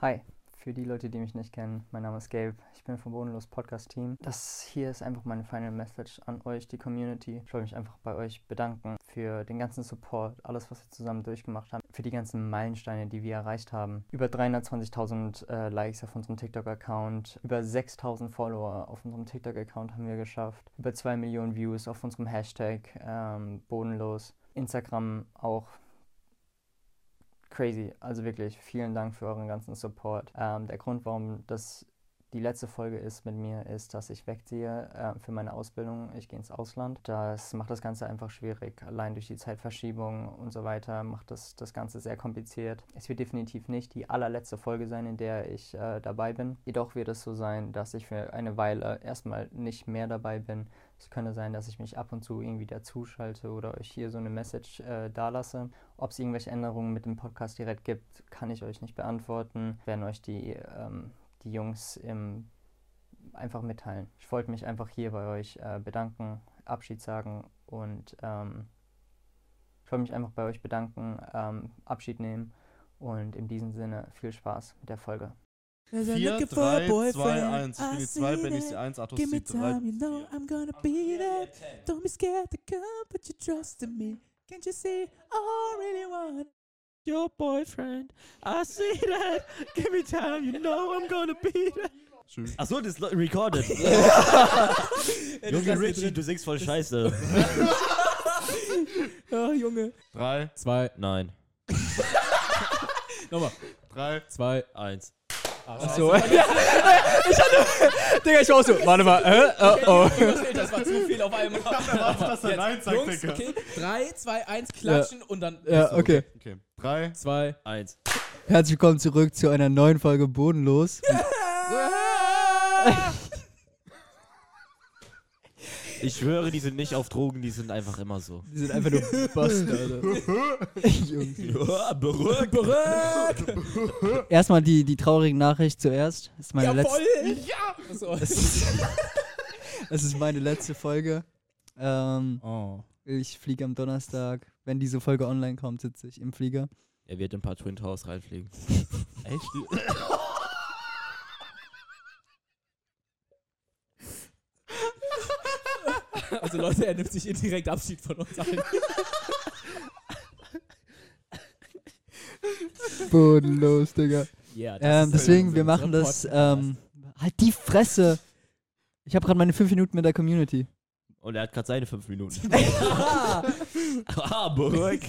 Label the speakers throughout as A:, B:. A: Hi, für die Leute, die mich nicht kennen, mein Name ist Gabe, ich bin vom Bodenlos Podcast Team. Das hier ist einfach meine Final Message an euch, die Community. Ich wollte mich einfach bei euch bedanken für den ganzen Support, alles, was wir zusammen durchgemacht haben, für die ganzen Meilensteine, die wir erreicht haben. Über 320.000 äh, Likes auf unserem TikTok-Account, über 6.000 Follower auf unserem TikTok-Account haben wir geschafft, über 2 Millionen Views auf unserem Hashtag ähm, Bodenlos, Instagram auch crazy. Also wirklich, vielen Dank für euren ganzen Support. Ähm, der Grund, warum das die letzte Folge ist mit mir, ist, dass ich wegziehe äh, für meine Ausbildung. Ich gehe ins Ausland. Das macht das Ganze einfach schwierig. Allein durch die Zeitverschiebung und so weiter macht das das Ganze sehr kompliziert. Es wird definitiv nicht die allerletzte Folge sein, in der ich äh, dabei bin. Jedoch wird es so sein, dass ich für eine Weile erstmal nicht mehr dabei bin. Es könnte sein, dass ich mich ab und zu irgendwie dazuschalte oder euch hier so eine Message äh, dalasse. Ob es irgendwelche Änderungen mit dem Podcast direkt gibt, kann ich euch nicht beantworten. Werden euch die, ähm, die Jungs im, einfach mitteilen. Ich wollte mich einfach hier bei euch äh, bedanken, Abschied sagen und ähm, ich wollte mich einfach bei euch bedanken, ähm, Abschied nehmen und in diesem Sinne viel Spaß mit der Folge.
B: 4, 3, 2, 1. Ich bin die 2, bin ich die
C: Ah,
B: 1, Artus
C: Give me
B: die 3.
C: time, you know I'm gonna be there. Don't be scared to come, but you trust in me. Can't you see? All I really want your boyfriend. I see that. Give me time, you know I'm gonna be there.
B: Schön.
D: Achso, das ist lo- recorded. Junge Richie, du singst voll scheiße.
C: Oh, Junge.
B: 3,
D: Zwei. Nein.
B: 3.
D: Zwei. Eins.
E: So. Ja, ich hatte. Digga, ich war auch so. Warte mal. Hä? Oh, oh.
F: Das war zu viel auf einmal.
B: Warte, dass er Nein sagt,
F: Jungs,
B: Digga.
F: okay. 3, 2, 1, klatschen und dann.
E: Ja, okay.
B: Okay. 3.
D: Zwei. Eins.
E: Herzlich willkommen zurück zu einer neuen Folge Bodenlos.
D: Ich schwöre, die sind nicht auf Drogen, die sind einfach immer so.
E: Die sind einfach nur Bastarde. Jungs.
D: Ja, berührt.
E: Erstmal die, die traurige Nachricht zuerst. Das ist meine letzte,
F: Ja! So.
E: das ist meine letzte Folge. Ähm,
F: Oh.
E: ich fliege am Donnerstag. Wenn diese Folge online kommt, sitze ich im Flieger.
D: Er wird in ein paar Twin Towers reinfliegen. Echt?
F: Also, Leute, er nimmt sich indirekt Abschied von uns allen.
E: Bodenlos, Digga.
F: Ja, das
E: Ähm,
F: ist
E: deswegen,
F: unser
E: wir machen das.
F: Podcast.
E: Ähm, halt die Fresse. Ich habe gerade meine fünf Minuten mit der Community.
D: Und er hat gerade seine fünf Minuten. ah, berührt.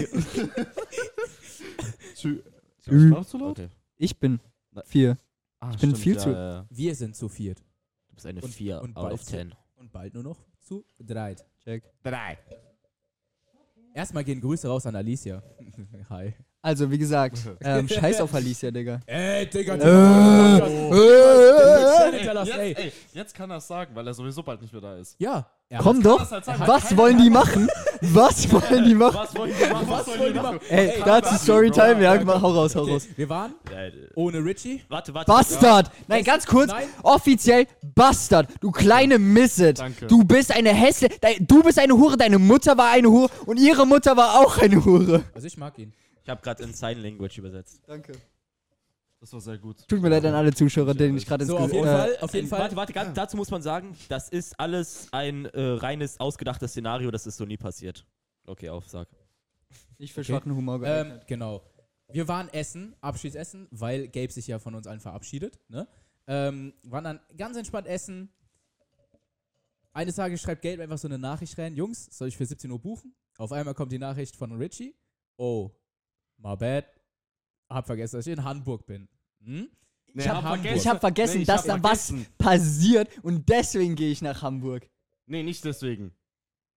B: Tschü.
E: Ü.
B: du laut?
D: Okay.
E: Ich bin
D: Na-
E: vier.
D: Ah,
E: bin viel zu-
D: Ja, ja.
F: Wir sind zu viert.
D: Du bist eine
F: Und-
D: 4
F: und
D: out
F: bald
D: of 10.
F: Und bald nur noch zu dreit.
E: Check.
B: 3.
F: Erstmal gehen Grüße raus an Alicia. Hi.
E: Also, wie gesagt, ähm, scheiß auf Alicia, Digga.
F: Ey, Digga, Oh. Äh.
E: Äh,
B: Jetzt,
F: Digga.
B: ey, jetzt kann er es sagen, weil er sowieso bald nicht mehr da ist. halt
F: Ja. Ja,
E: Komm doch. Was wollen die machen? Was wollen die machen?
B: Was wollen die machen? Was wollen die machen?
E: Ey, das ist Storytime. Ja, mach- hau raus, hau raus.
F: Okay, wir waren
D: Äh,
F: ohne Richie.
D: Warte, warte.
E: Bastard! Nein, ganz kurz.
F: Nein.
E: Offiziell Bastard. Du kleine Misset.
B: Danke.
E: Du bist eine Hässle. Dei- Du bist eine Hure. Deine Mutter war eine Hure. Und ihre Mutter war auch eine Hure.
F: Also, ich mag ihn.
D: Ich habe gerade in Sign Language übersetzt.
E: Danke.
B: Das war sehr gut.
E: Tut mir leid an alle Zuschauer, denen ich gerade ins
F: So, auf
E: Ge-
F: jeden
E: äh,
F: Fall. Auf jeden
D: Äh,
F: Fall.
D: Warte, warte, ganz, dazu muss man sagen, das ist alles ein äh, reines, ausgedachtes Szenario, das ist so nie passiert. Okay, auf, sag.
E: Nicht für
F: Okay.
E: schwachen Humor geeignet.
F: Ähm, genau. Wir waren essen, Abschiedsessen, weil Gabe sich ja von uns allen verabschiedet. Ne? Ähm, waren dann ganz entspannt essen. Eines Tages schreibt Gabe einfach so eine Nachricht rein: Jungs, soll ich für 17 Uhr buchen? Auf einmal kommt die Nachricht von Richie: Oh, my bad. Hab vergessen, dass ich in Hamburg bin. Hm?
B: Nee,
F: Ich hab Hamburg.
E: ich habe vergessen,
B: Nee, ich
E: dass
B: hab
E: da
B: vergessen.
E: was passiert und deswegen gehe ich nach Hamburg.
B: Nee, nicht deswegen.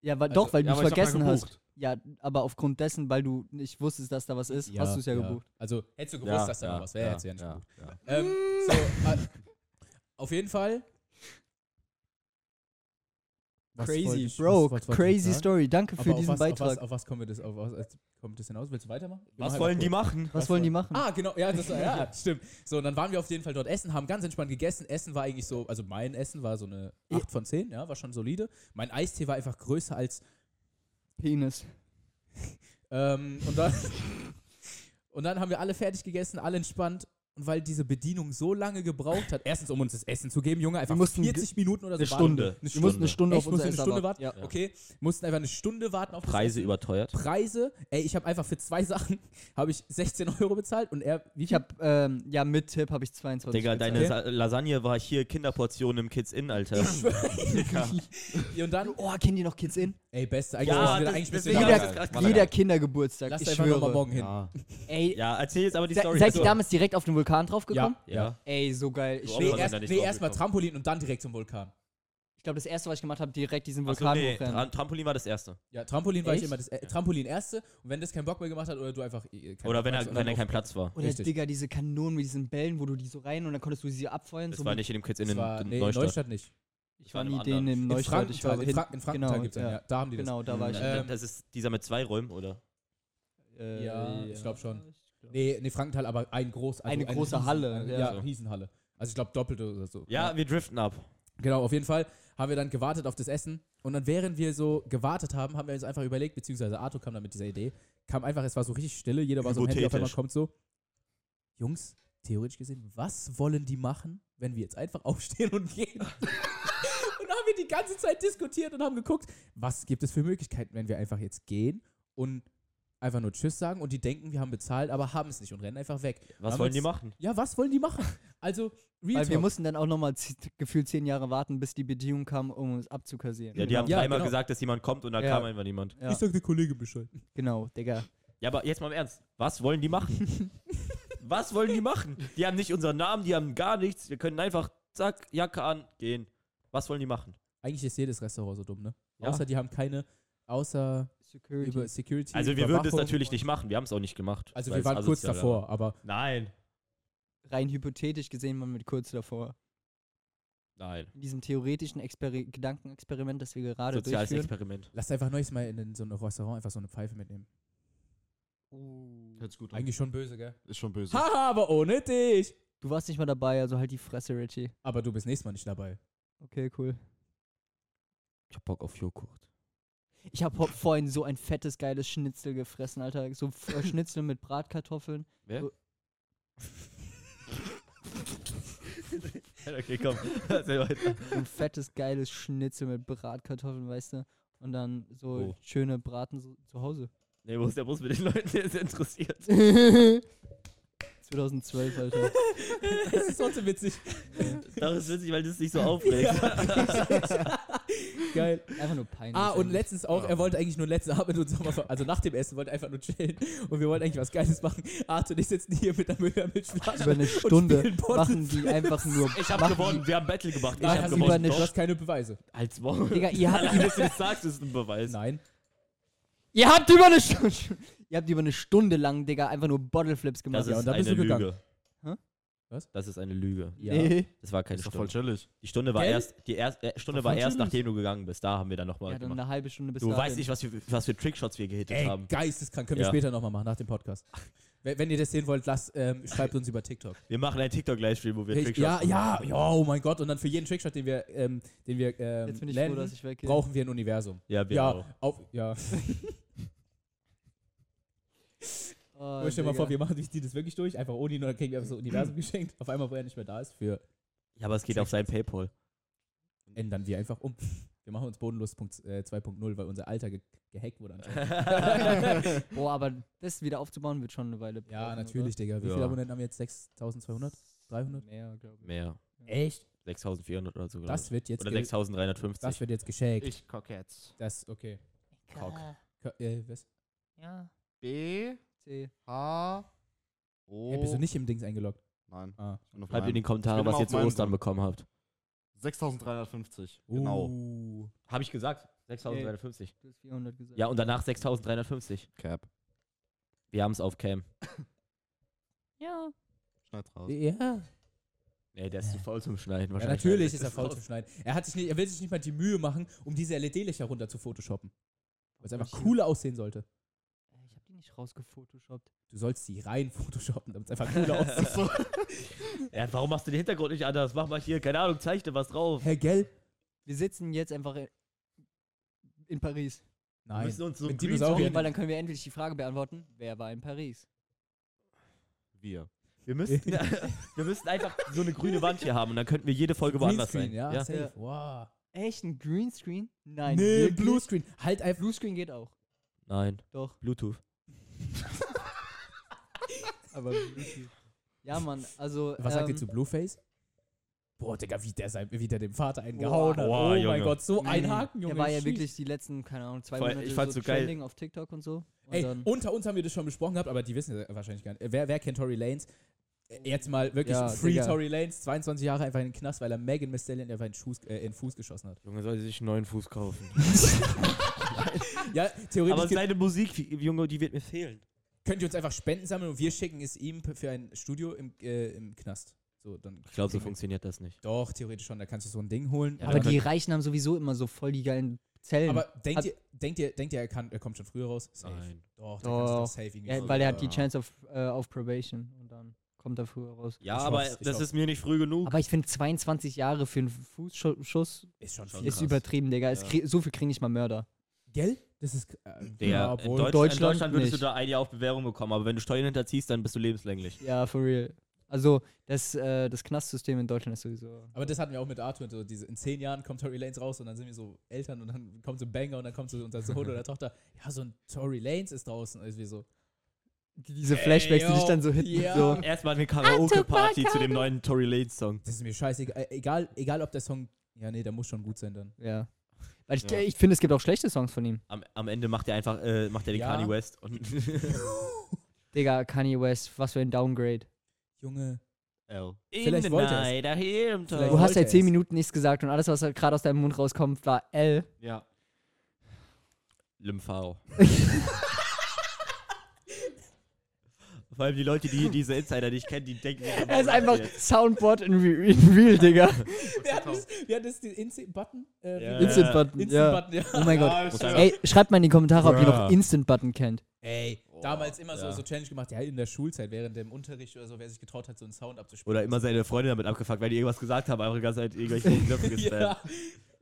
E: Ja, wa-
F: Also,
E: doch, weil
B: Ja,
E: du
B: aber
E: es
B: ich hab ja
E: vergessen hast.
B: gebucht.
E: Ja, aber aufgrund dessen, weil du nicht wusstest, dass da was ist, hast du es ja, gebucht.
F: Also hättest du gewusst, dass da noch was wäre, hättest du ja nicht gebucht.
D: ja.
F: Ähm, so, äh, auf jeden Fall. Was wollte
E: Crazy,
F: ich-
E: Bro,
F: was- was wollte ich
E: crazy
F: sagen?
E: Story. Danke
F: Aber
E: für
F: auf
E: diesen
F: was, Auf was,
E: Beitrag.
F: auf was kommen wir das, auf was, äh, kommt das hinaus? Willst du weitermachen? Wir
D: Was
F: machen
D: wollen
F: einfach
D: die
F: kurz.
D: machen?
E: Was wollen die machen?
F: Ah, genau, ja, das, ja, stimmt. So, und dann waren wir auf jeden Fall dort essen, haben ganz entspannt gegessen. Essen war eigentlich so, also mein Essen war so eine 8 von 10, ja, war schon solide. Mein Eistee war einfach größer als
E: Penis.
F: Ähm, und, dann, und dann haben wir alle fertig gegessen, alle entspannt. Und weil diese Bedienung so lange gebraucht hat, erstens, um uns das Essen zu geben, Junge, einfach
E: mussten
F: 40 Minuten oder so
D: eine Stunde.
F: Eine
E: Wir mussten eine Stunde
F: Echt,
E: auf
F: mussten
E: unser
F: eine
E: Essen
F: Stunde warten?
E: warten. Ja.
F: Okay, mussten einfach eine Stunde warten auf das
D: Preise
F: Essen.
D: überteuert.
F: Preise, ey, ich habe einfach für zwei Sachen, habe ich 16 Euro bezahlt und er, wie
E: Ich hab, ähm, ja, mit Tipp habe ich 22.
D: Digga,
E: bezahlt.
D: deine
F: Okay.
D: Sa Lasagne war hier Kinderportion im Kids Inn, Alter.
F: Und dann,
E: Oh, kennen die noch Kids in?
F: ey, beste, eigentlich müssen wir, eigentlich müssen wir
E: Jeder,
F: da-
D: das-
E: jeder Kindergeburtstag,
F: Lass
E: ich
F: einfach nochmal
E: schwöre.
F: morgen hin.
E: Ey,
D: Ja, erzähl jetzt aber die
E: se-
D: Story.
E: seid ihr damals direkt auf den Vulkan draufgekommen?
D: Ja. ja.
E: Ey, so geil. Ich,
D: Du
E: schwöre.
D: auch?
F: Nee,
D: sind
F: erst,
D: da nicht
F: nee, erstmal
D: draufgekommen.
F: Trampolin und dann direkt zum Vulkan.
E: ich glaube, das erste, was ich gemacht habe, direkt diesen
D: Achso,
E: Vulkan
D: nee,
E: hochrennen.
D: Tra Trampolin war das erste.
F: Ja, Trampolin war ich
E: Echt?
F: immer das äh, Trampolin erste und wenn das keinen Bock mehr gemacht hat oder du einfach äh, keinen
D: Oder
F: Bock mehr
D: wenn er,
F: hast,
D: wenn er
F: dann
D: kein
F: auf-
D: Platz war.
E: Oder
F: Richtig.
E: Digga, diese Kanonen mit diesen Bällen, wo du die so rein und dann konntest du sie abfeuern.
D: Das
E: so
D: war
E: mit-
D: nicht in dem Kids Inn
F: Das
D: in,
F: war,
D: in
F: nee,
D: Neustadt.
F: in Neustadt nicht.
E: ich war
D: in
E: nie
D: einem anderen.
E: denen im
F: In
E: Neustadt. Ich war
F: Frankenthal, in,
E: hin-
F: Fra in Frankenthal
E: genau,
F: gibt's einen,
E: ja.
F: ja. Da haben die
E: Genau, da war ich.
F: Ähm,
D: Das ist dieser mit zwei Räumen, oder?
F: das.
E: Äh,
F: Ja, ich glaube schon. Nee, nee, Frankenthal, aber ein groß, also
E: Eine große Halle,
F: eine-
E: ja.
F: ja,
D: So.
F: Riesenhalle. Also ich glaube doppelte oder so.
D: Ja, wir driften ab.
F: Genau, auf jeden Fall haben wir dann gewartet auf das Essen. Und dann, während wir so gewartet haben, haben wir uns einfach überlegt, beziehungsweise Arthur kam dann mit dieser Idee, kam einfach, es war so richtig stille, jeder war so am Handy, auf einmal
D: Hypothetisch.
F: kommt so, Jungs, theoretisch gesehen, was wollen die machen, wenn wir jetzt einfach aufstehen und gehen? und haben wir die ganze Zeit diskutiert und haben geguckt, was gibt es für Möglichkeiten, wenn wir einfach jetzt gehen und einfach nur Tschüss sagen und die denken, wir haben bezahlt, aber haben es nicht und rennen einfach weg.
D: Was
F: Haben
D: wollen die
F: uns-
D: machen?
F: Ja, was wollen die machen? Also, Real
E: Weil wir
F: Talk.
E: mussten dann auch nochmal gefühlt zehn Jahre warten, bis die Bedienung kam, um uns abzukassieren.
D: Ja, die haben
F: Ja,
D: dreimal
F: genau.
D: gesagt, dass jemand kommt und dann
E: Ja.
D: kam einfach niemand.
E: Ja.
F: Ich sag der Kollege Bescheid.
E: Genau, Digga.
D: Ja, aber jetzt mal im Ernst. Was wollen die machen? Was wollen die machen? Die haben nicht unseren Namen, die haben gar nichts. Wir können einfach, zack, Jacke an, gehen. Was wollen die machen?
F: Eigentlich ist jedes Restaurant so dumm, ne?
D: Ja.
F: Außer die haben keine, außer
E: Security.
F: über Security.
D: Also wir würden das
F: Überwachung.
D: natürlich nicht machen. Wir haben es auch nicht gemacht.
F: Also
D: weil
F: wir
D: es
F: waren kurz
D: asozial
F: davor, aber
D: Nein,
E: Rein hypothetisch gesehen waren wir kurz davor.
D: nein.
E: In diesem theoretischen Experi Gedankenexperiment, das wir gerade
D: Soziales
E: durchführen.
D: Experiment.
F: lasst einfach neues Mal in, in so ein Restaurant einfach so eine Pfeife mitnehmen.
E: Uh.
B: Hört sich gut an.
F: Eigentlich schon böse, gell?
B: Ist schon böse.
F: Haha, aber ohne dich!
E: Du warst nicht mal dabei, also halt die Fresse, Richie.
F: Aber du bist nächstes Mal nicht dabei.
E: Okay, cool.
D: Ich hab Bock auf Joghurt.
E: Ich habe vorhin so ein fettes, geiles Schnitzel gefressen, Alter. So F- äh, Schnitzel mit Bratkartoffeln.
D: Okay, komm. Erzähl weiter.
E: So ein fettes, geiles Schnitzel mit Bratkartoffeln, weißt du? Und dann so
F: Oh.
D: Wo?
E: schöne Braten so, zu Hause.
D: Nee, wo ist der Bus mit den Leuten, der ist interessiert?
E: 2012, Alter.
F: das ist trotzdem witzig.
D: Doch, ist witzig, weil das nicht so aufregt.
F: Geil.
E: Einfach nur peinlich. also.
F: Ah, und
E: eigentlich.
F: letztens auch, er wollte eigentlich nur letzte Abend mit uns nochmal, ver- also nach dem Essen, wollte einfach nur chillen und wir wollten eigentlich was Geiles machen. Arthur und ich sitzen hier mit der Müllermilchflasche.
E: Über eine
F: und
E: Stunde
F: spielen Bottle
E: machen die
F: Flip.
E: einfach nur.
D: Ich hab
E: machen
D: gewonnen, wir haben Battle gemacht. Ich
F: Nein,
D: hab
F: hast du über
D: gewonnen.
F: eine-
E: Doch.
F: du hast keine Beweise.
D: Als Woche.
E: Die, Digga, ihr habt,
D: Allein, dass du das sagst, ist ein Beweis.
F: Nein.
E: ihr habt über eine Stunde. Ihr habt über eine Stunde lang, Digga, einfach nur Bottleflips gemacht.
D: Das
F: Ja,
D: ist
F: und dann
D: eine
F: bist du gegangen.
D: Lüge.
E: Hä?
F: Was?
D: Das ist eine Lüge.
F: Ja.
E: Nee.
D: Das war keine
B: Ist doch voll
D: Stunde.
B: chillig.
D: Die Stunde war
F: Gell?
D: erst, die erst, äh, Stunde
E: Doch,
D: war erst,
E: natürlich.
D: nachdem du gegangen bist. Da haben wir dann nochmal
E: Ja, dann
D: gemacht.
E: eine halbe Stunde bis
D: Du
E: dahin.
D: weißt nicht, was für, was für Trickshots wir gehittet
F: Ey,
D: haben.
F: geisteskrank. Können wir
D: Ja.
F: später nochmal machen, nach dem Podcast. Wenn, wenn ihr das sehen wollt, lasst, ähm, schreibt uns über TikTok.
D: Wir machen einen TikTok-Livestream, wo wir
F: Ich, ja,
D: Trickshots
F: ja,
D: machen.
F: ja, oh mein Gott. Und dann für jeden Trickshot, den wir, ähm, den wir ähm,
E: Jetzt bin ich froh,
F: landen,
E: dass ich weggehe.
F: brauchen wir ein Universum.
D: Ja, wir auch.
F: Ja, auf, ja.
E: Oh,
F: Oh, stell dir mal
E: Digga.
F: vor, wir machen die das wirklich durch, einfach ohne ihn und dann kriegen wir einfach so ein Universum geschenkt. Auf einmal, wo er nicht mehr da ist, für
D: Ja, aber es geht auf sein Paypal.
F: ändern wir einfach um. Wir machen uns bodenlos Punkt, äh, 2.0, weil unser Alter ge gehackt wurde anscheinend.
E: Boah, aber das wieder aufzubauen wird schon eine Weile.
F: Ja,
E: brauchen,
F: natürlich, Digga. Wie
D: Ja.
F: viele Abonnenten haben wir jetzt? 6200?
E: oder?
F: 300?
E: Mehr, glaube ich.
D: Mehr.
F: Echt?
D: 6400 oder so. glaub
F: Das wird
D: ich.
F: jetzt,
D: Oder
F: ge-
D: 6350.
F: das wird jetzt geschenkt.
B: Ich guck jetzt.
F: Das, okay.
B: Kock.
F: Ka- Äh, was?
E: Ja.
B: B,
E: C.
B: H, O.
F: Hey, bist du nicht im Dings eingeloggt?
B: Nein.
F: Ah.
B: ich bin auf
D: Schreibt in die
B: meinem.
D: Kommentare,
B: bin
D: was
B: immer
D: ihr
B: auf
D: zu
B: meinem
D: Ostern
B: Ding.
D: bekommen habt.
B: 6350. Genau.
F: Uh.
D: Habe ich gesagt. 6350.
E: Du hast 400 gesagt.
D: Ja, und danach 6350.
B: Cap.
D: Wir haben es auf Cam.
B: Schneid raus.
F: Ja.
D: Nee, der ist zu faul zum Schneiden
F: ja,
D: wahrscheinlich.
F: natürlich ist er faul zum Schneiden. Er, hat sich nicht, er will sich nicht mal die Mühe machen, um diese LED-Lichter runter zu photoshoppen. Weil es einfach cooler aussehen sollte.
E: Äh, Ich habe die nicht rausgefotoshoppt.
F: Du sollst die rein photoshoppen, damit es einfach cooler aussieht.
D: halt Ja, warum machst du den Hintergrund nicht anders? Mach mal hier, keine Ahnung, zeichne was drauf.
F: Herr Gell?
E: Wir sitzen jetzt einfach in- in Paris.
D: Wir
F: Nein.
D: müssen uns so
F: Mit
D: Green-
F: Dinosauriern.
E: Weil dann können wir endlich die Frage beantworten, wer war in Paris?
B: Wir.
D: Wir müssten, wir müssten einfach so eine grüne Wand hier haben und dann könnten wir jede Folge woanders sein.
F: Greenscreen, ja,
D: Ja.
F: safe. Wow.
E: Echt ein Greenscreen? Nein.
F: Nee,
E: wirklich?
F: Bluescreen. Halt einfach.
E: Bluescreen geht auch.
D: Nein,
E: Doch.
D: Bluetooth.
F: Aber
E: Ja, Mann. Also.
F: Was sagt
E: ähm,
F: ihr zu Blueface? Boah, Digga, wie der, sein, wie der dem Vater einen gehauen hat.
D: Boah,
F: oh mein
D: Junge.
F: Gott, so ein Haken, Junge.
E: Der war ja
F: Sheesh.
E: wirklich die letzten, keine Ahnung, zwei
D: Voll,
E: Monate
D: ich fand's so geil.
E: trending auf TikTok und so. Und
F: Ey,
E: dann,
F: unter uns haben wir das schon besprochen gehabt, aber die wissen ja wahrscheinlich gar nicht. Wer, wer kennt Tory Lanes? Jetzt mal wirklich
E: Ja,
F: Free
E: Digga.
F: Tory Lanes, 22 Jahre einfach in den Knast, weil er Megan Thee Stallion einfach in den, Schuß, äh, in den Fuß geschossen hat.
D: Junge, soll sich einen neuen Fuß kaufen.
F: Ja,
D: Aber
F: theoretisch ge-
D: seine Musik, wie- Junge, die wird mir fehlen.
F: könnt ihr uns einfach Spenden sammeln und wir schicken es ihm p- für ein Studio im, äh, im Knast. So, dann
D: Ich glaube,
F: kriegen
D: so
F: wir-
D: funktioniert das nicht.
F: Doch, theoretisch schon, da kannst du so ein Ding holen.
D: Ja,
E: aber
D: dann-
E: die Reichen haben sowieso immer so voll die geilen Zellen.
F: aber denkt
E: Hat-
F: ihr, denkt ihr, denkt ihr er, kann, er kommt schon früher raus? Safe.
D: Nein.
F: Doch, der kannst du
E: Doch.
F: doch safe irgendwie.
E: ja,
D: Oh,
F: früher
E: weil er hat
F: raus.
E: die Chance auf, äh, auf Probation und dann kommt er früher raus.
D: Ja,
F: Ich
D: aber
F: hoff's, ich
D: das
F: hoff's.
D: ist mir nicht früh genug.
E: Aber ich finde 22 Jahre für einen Fußschuss
F: Ist schon
D: Schon
F: viel.
E: ist
D: krass.
E: übertrieben, Digga. Es
D: Ja.
E: krie- so viel kriegen nicht mal Mörder.
F: Gell? Das ist. Äh,
D: Der,
F: ja,
D: in,
F: obwohl-
D: Deutsch, in
E: Deutschland
D: Deutschland würdest
E: nicht.
D: du da ein Jahr auf Bewährung bekommen, aber wenn du Steuern hinterziehst, dann bist du lebenslänglich.
E: Ja, for real. Also das, äh, das Knastsystem in Deutschland ist sowieso.
F: Aber das hatten wir auch mit Arthur. So diese, in zehn Jahren kommt Tory Lanes raus und dann sind wir so Eltern und dann kommt so ein Banger und dann kommt so unser Sohn oder Tochter. Ja, so ein Tory Lanes ist draußen. Und wir so.
E: Diese Flashbacks, die dich dann so hitten.
F: Ja.
E: So.
D: Erstmal eine Karaoke-Party zu dem neuen Tory Lanez-Song.
F: Das ist mir scheißegal. Äh, Egal, egal ob der Song. Ja, nee, der muss schon gut sein dann.
E: Ja. Weil ich,
D: Ja.
E: ich finde, es gibt auch schlechte Songs von ihm.
D: Am, am Ende macht er einfach, äh, macht er den
F: Ja.
D: Kanye West und.
E: Digga, Kanye West, was für ein Downgrade.
F: Junge.
D: L. In
F: Vielleicht
D: the
F: wollte er's.
D: night, I hear him talk.
F: Vielleicht
E: Du hast
F: wollte
E: seit 10
F: er's.
E: Minuten nichts gesagt und alles, was halt gerade aus deinem Mund rauskommt, war L.
D: Ja. Lymphao. Vor allem die Leute, die diese Insider nicht kennen, die denken.
E: Er ist einfach Soundboard in, Re in Real, Digga.
F: Wir hatten das, wir hatten das den Instant-Button. Äh,
D: Ja.
F: wie-
E: Instant-Button.
F: Instant-Button, ja.
E: Ja. Oh mein Gott.
D: Muss einfach-
E: Ey, schreibt mal in die Kommentare, ob ihr
D: Bruh.
E: noch Instant-Button kennt.
F: Ey, damals immer so,
D: ja.
F: so Challenge gemacht. Ja, in der Schulzeit, während dem Unterricht oder so, wer sich getraut hat, so einen Sound abzuspielen.
D: Oder immer seine Freunde damit abgefuckt, weil die irgendwas gesagt haben, einfach die ganze Zeit irgendwelche Knöpfe gespammt.
F: ja.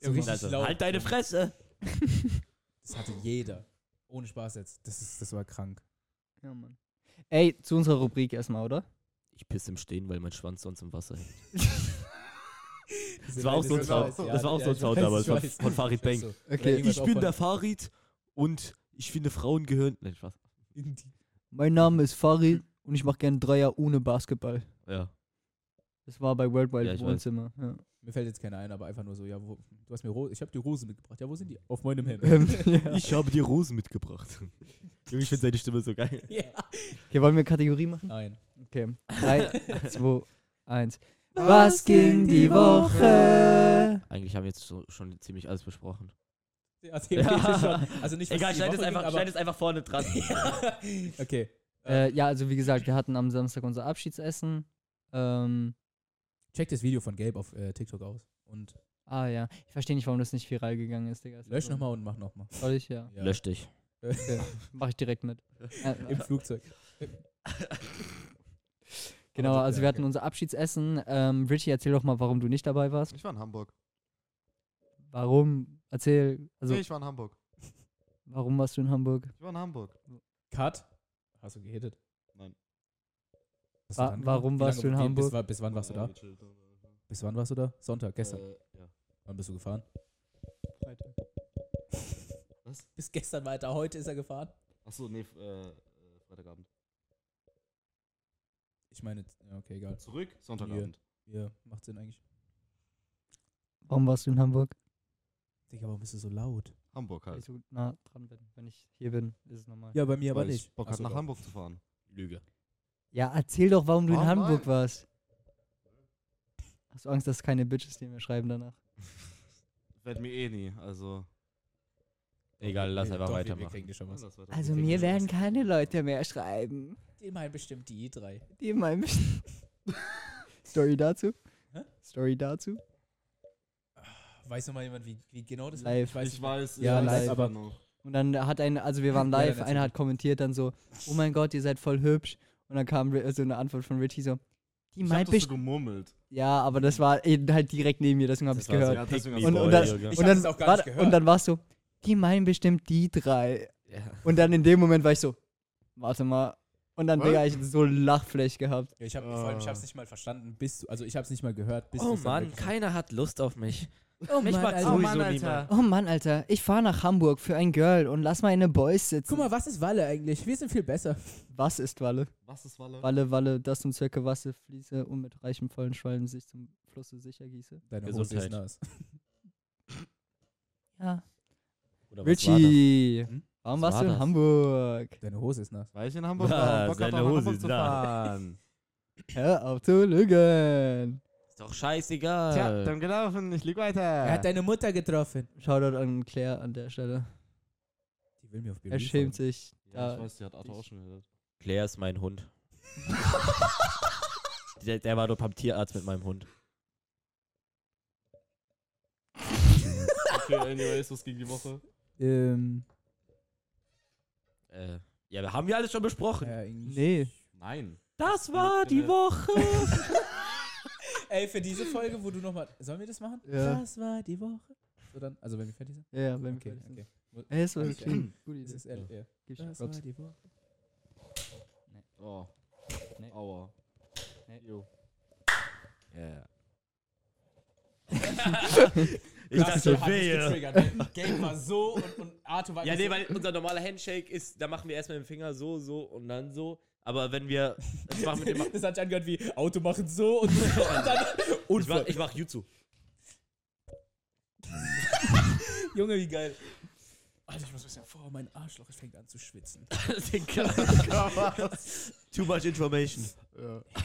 F: So richtig
D: Also,
F: laut.
D: Halt deine Fresse!
F: Das hatte jeder. Ohne Spaß jetzt. Das, ist, das war krank.
E: Ja, Mann. Ey, zu unserer Rubrik erstmal, oder?
D: Ich pisse im Stehen, weil mein Schwanz sonst im Wasser hängt.
F: Das
D: war auch so ein Sound. Das war auch so ein Sound damals von- von Farid Bang. Ich bin der Farid und ich finde Frauen gehören. Nein, Spaß.
E: Mein Name ist Farid und ich mache gerne Dreier ohne Basketball.
D: Ja.
E: Das war bei Worldwide
D: Ja, ich weiß.
E: Wohnzimmer. Ja.
F: Mir fällt jetzt keiner ein, aber einfach nur so, ja, wo, du hast mir Ro ich habe die Rosen mitgebracht. Ja, wo sind die? Auf meinem Hemd.
E: ja.
D: Ich habe dir Rosen mitgebracht. Junge, ich finde seine Stimme so geil.
F: ja.
E: Okay, wollen wir Kategorie machen?
F: Nein.
E: Okay. 3, 2, 1. Was ging die Woche?
D: Eigentlich haben wir jetzt so, schon ziemlich alles besprochen.
F: Ja, theoretisch Also, schon. Also nicht was
D: Egal,
F: die
D: schneid
F: Woche
D: es einfach,
F: ging,
D: schneid es einfach vorne dran.
F: aber- Okay.
E: Äh, ja, also wie gesagt, wir hatten am Samstag unser Abschiedsessen. Ähm,
F: Check das Video von Gelb auf äh, TikTok aus. Und
E: ah ja, ich verstehe nicht, warum das nicht viral gegangen ist, Digga. Ist
F: lösch
E: also-
F: nochmal und mach nochmal.
E: Soll ich, ja.
F: Ja.
D: Lösch dich.
E: Okay. Mach ich direkt mit. Äh,
F: Im Flugzeug.
E: genau, also wir hatten
F: uns.
E: unser Abschiedsessen. Ähm, Richie, erzähl doch mal, warum du nicht dabei warst.
B: Ich war in Hamburg.
E: Warum? Erzähl, also
B: nee, ich war in Hamburg.
E: warum warst du in Hamburg?
B: Ich war in Hamburg.
F: Cut. Hast du gehittet?
B: Nein.
F: Hast
E: Wa-
F: dann gemacht?
E: warum
F: Wie lange-
E: warst du in
F: wie-
E: Hamburg?
F: Bis, wa- bis wann
B: Äh,
F: warst du da? Bis wann warst du da? Sonntag, gestern.
D: ja.
F: Wann bist du gefahren? Bis gestern weiter. Heute ist er gefahren.
D: Achso, nee, äh, Freitagabend.
F: Ich meine, ja, okay, egal.
B: Zurück,
F: Sonntagabend. Ja, macht Sinn eigentlich.
E: Warum warst du in Hamburg?
F: Digga, warum bist du so laut?
B: Hamburg
E: Weil ich
B: halt.
E: so nah dran bin. Wenn ich hier bin, ist es normal. Ja,
F: Ja, bei mir aber
B: Weil
F: nicht.
B: ich Bock
F: Ach
B: hat
F: so,
B: nach
F: doch.
B: Hamburg zu fahren.
D: Lüge.
E: erzähl doch, warum du
B: Oh
E: in Hamburg
B: nein.
E: warst. Hast du Angst, dass keine Bitches dir mehr schreiben danach?
B: Werd mir eh nie, also.
D: Egal, lass
F: Nee,
D: einfach
F: doch, wir- Wir
D: weitermachen.
F: kriegen dir schon was.
E: Also mir werden keine Leute mehr schreiben.
F: Die meinen bestimmt die drei.
E: Die meinen Story dazu?
F: Hä?
E: Story dazu?
F: Weiß noch mal jemand, wie, wie genau das
E: Live.
F: Ich weiß
B: Ich
F: nicht.
B: weiß,
E: Ja,
B: ich weiß
E: live,
F: aber-
B: noch.
E: Und dann hat ein, also wir waren
F: Ja, dann
E: live,
F: erzähl.
E: einer hat kommentiert dann so, oh mein Gott, ihr seid voll hübsch. Und dann kam ri- so eine Antwort von Richie so, die
B: Ich
E: meint
B: hab das so
E: bestimmt.
B: gemummelt.
E: Ja, aber das war eben halt direkt neben mir, deswegen habe ich
D: Das
E: es
D: war so
E: gehört.
B: Ja, deswegen
D: Pick
B: hab
D: me
E: ich's
D: boy,
E: gehört.
D: Junge.
F: Ich
E: und,
F: hab
E: dann,
F: das auch gar
E: war,
F: nicht gehört.
E: und dann war es so, die meinen bestimmt die drei.
D: Ja.
E: Und dann in dem Moment war ich so, warte mal, Und dann,
B: Was?
E: Digga, ich so Lachfläch gehabt.
F: Ja, ich habe vor allem, ich
B: Ah.
F: hab's nicht mal verstanden, bis du, also ich hab's nicht mal gehört, bis
D: Oh
F: du's dann
D: Mann,
F: wirklich-
D: keiner hat Lust auf mich.
E: Oh
D: mich mag
E: Alter.
D: sowieso
E: Oh Mann.
B: Mann, Alter.
D: niemand.
E: Oh Mann, Alter. Ich fahre nach Hamburg für ein Girl und lass meine Boys sitzen.
F: Guck mal, was ist Walle eigentlich? Wir sind viel besser.
E: Was ist Walle?
B: Was ist Walle?
E: Walle, Walle, das zum Zwecke Wasse fließe und mit reichem vollen Schwalben sich zum Flusse sicher gieße.
F: Deine
D: Gesundheit.
F: Hose ist nass.
E: Ja.
D: Oder was
E: Richie,
F: Hm?
E: warum
D: Was
E: warst
D: war
E: du in
D: das?
E: Hamburg?
F: Deine Hose ist nass.
B: Weil ich in Hamburg
D: Ah,
B: war und Bock hatte,
D: seine
B: nach
D: Hose
B: Hamburg
D: ist
B: zu
D: da.
B: fahren.
E: Hör auf zu lügen.
D: war das? Ist doch scheißegal.
B: Tja, dann gelaufen, ich lieg weiter.
F: Er hat deine Mutter getroffen.
E: Shoutout an Claire an der Stelle.
F: Die will mir auf Baby.
E: Er schämt
F: folgen.
E: sich.
B: ja,
E: Ja,
B: ich weiß, die hat Arthur auch schon gehört.
D: Claire ist mein Hund. der, der war dort beim Tierarzt mit meinem Hund.
B: Okay, anyways, was ging die Woche?
F: Ähm,
D: Äh, ja, wir haben ja alles schon besprochen.
F: ja, irgendwie-
E: nee.
B: Nein.
D: Das
B: war die
D: Woche.
F: Ey, für diese Folge, wo du nochmal. Sollen wir das machen?
E: Ja.
F: Das war die Woche. So dann, also wenn wir fertig sind?
E: Ja, wenn
F: Okay,
E: wir fertig sind.
F: okay.
E: Ey, das war
F: Alles
E: wirklich
F: klar.
E: eine gute
F: Das
E: Idee.
F: ist ehrlich, ja.
E: Gib ich
F: Das war
E: Props.
F: die Woche.
B: Oh.
E: Nee.
B: Aua.
E: Nee.
B: Jo.
D: Yeah. ich
F: Das
D: dachte,
F: hat mich
D: wehe.
F: getriggert, ne? Game war so und, und Arthur war.
D: Ja,
F: immer
D: nee,
F: so-
D: weil unser normaler Handshake ist, da machen wir erstmal mit dem Finger so, so und dann so. Aber wenn wir. Ich mach mit dem.
F: Das hat sich angehört wie Auto machen so und so und dann. Und
D: Ich mach, ich mach Jutsu.
F: Junge, wie geil. Alter, ich muss ein bisschen vor, mein Arschloch es fängt an zu schwitzen.
D: Den Too much information.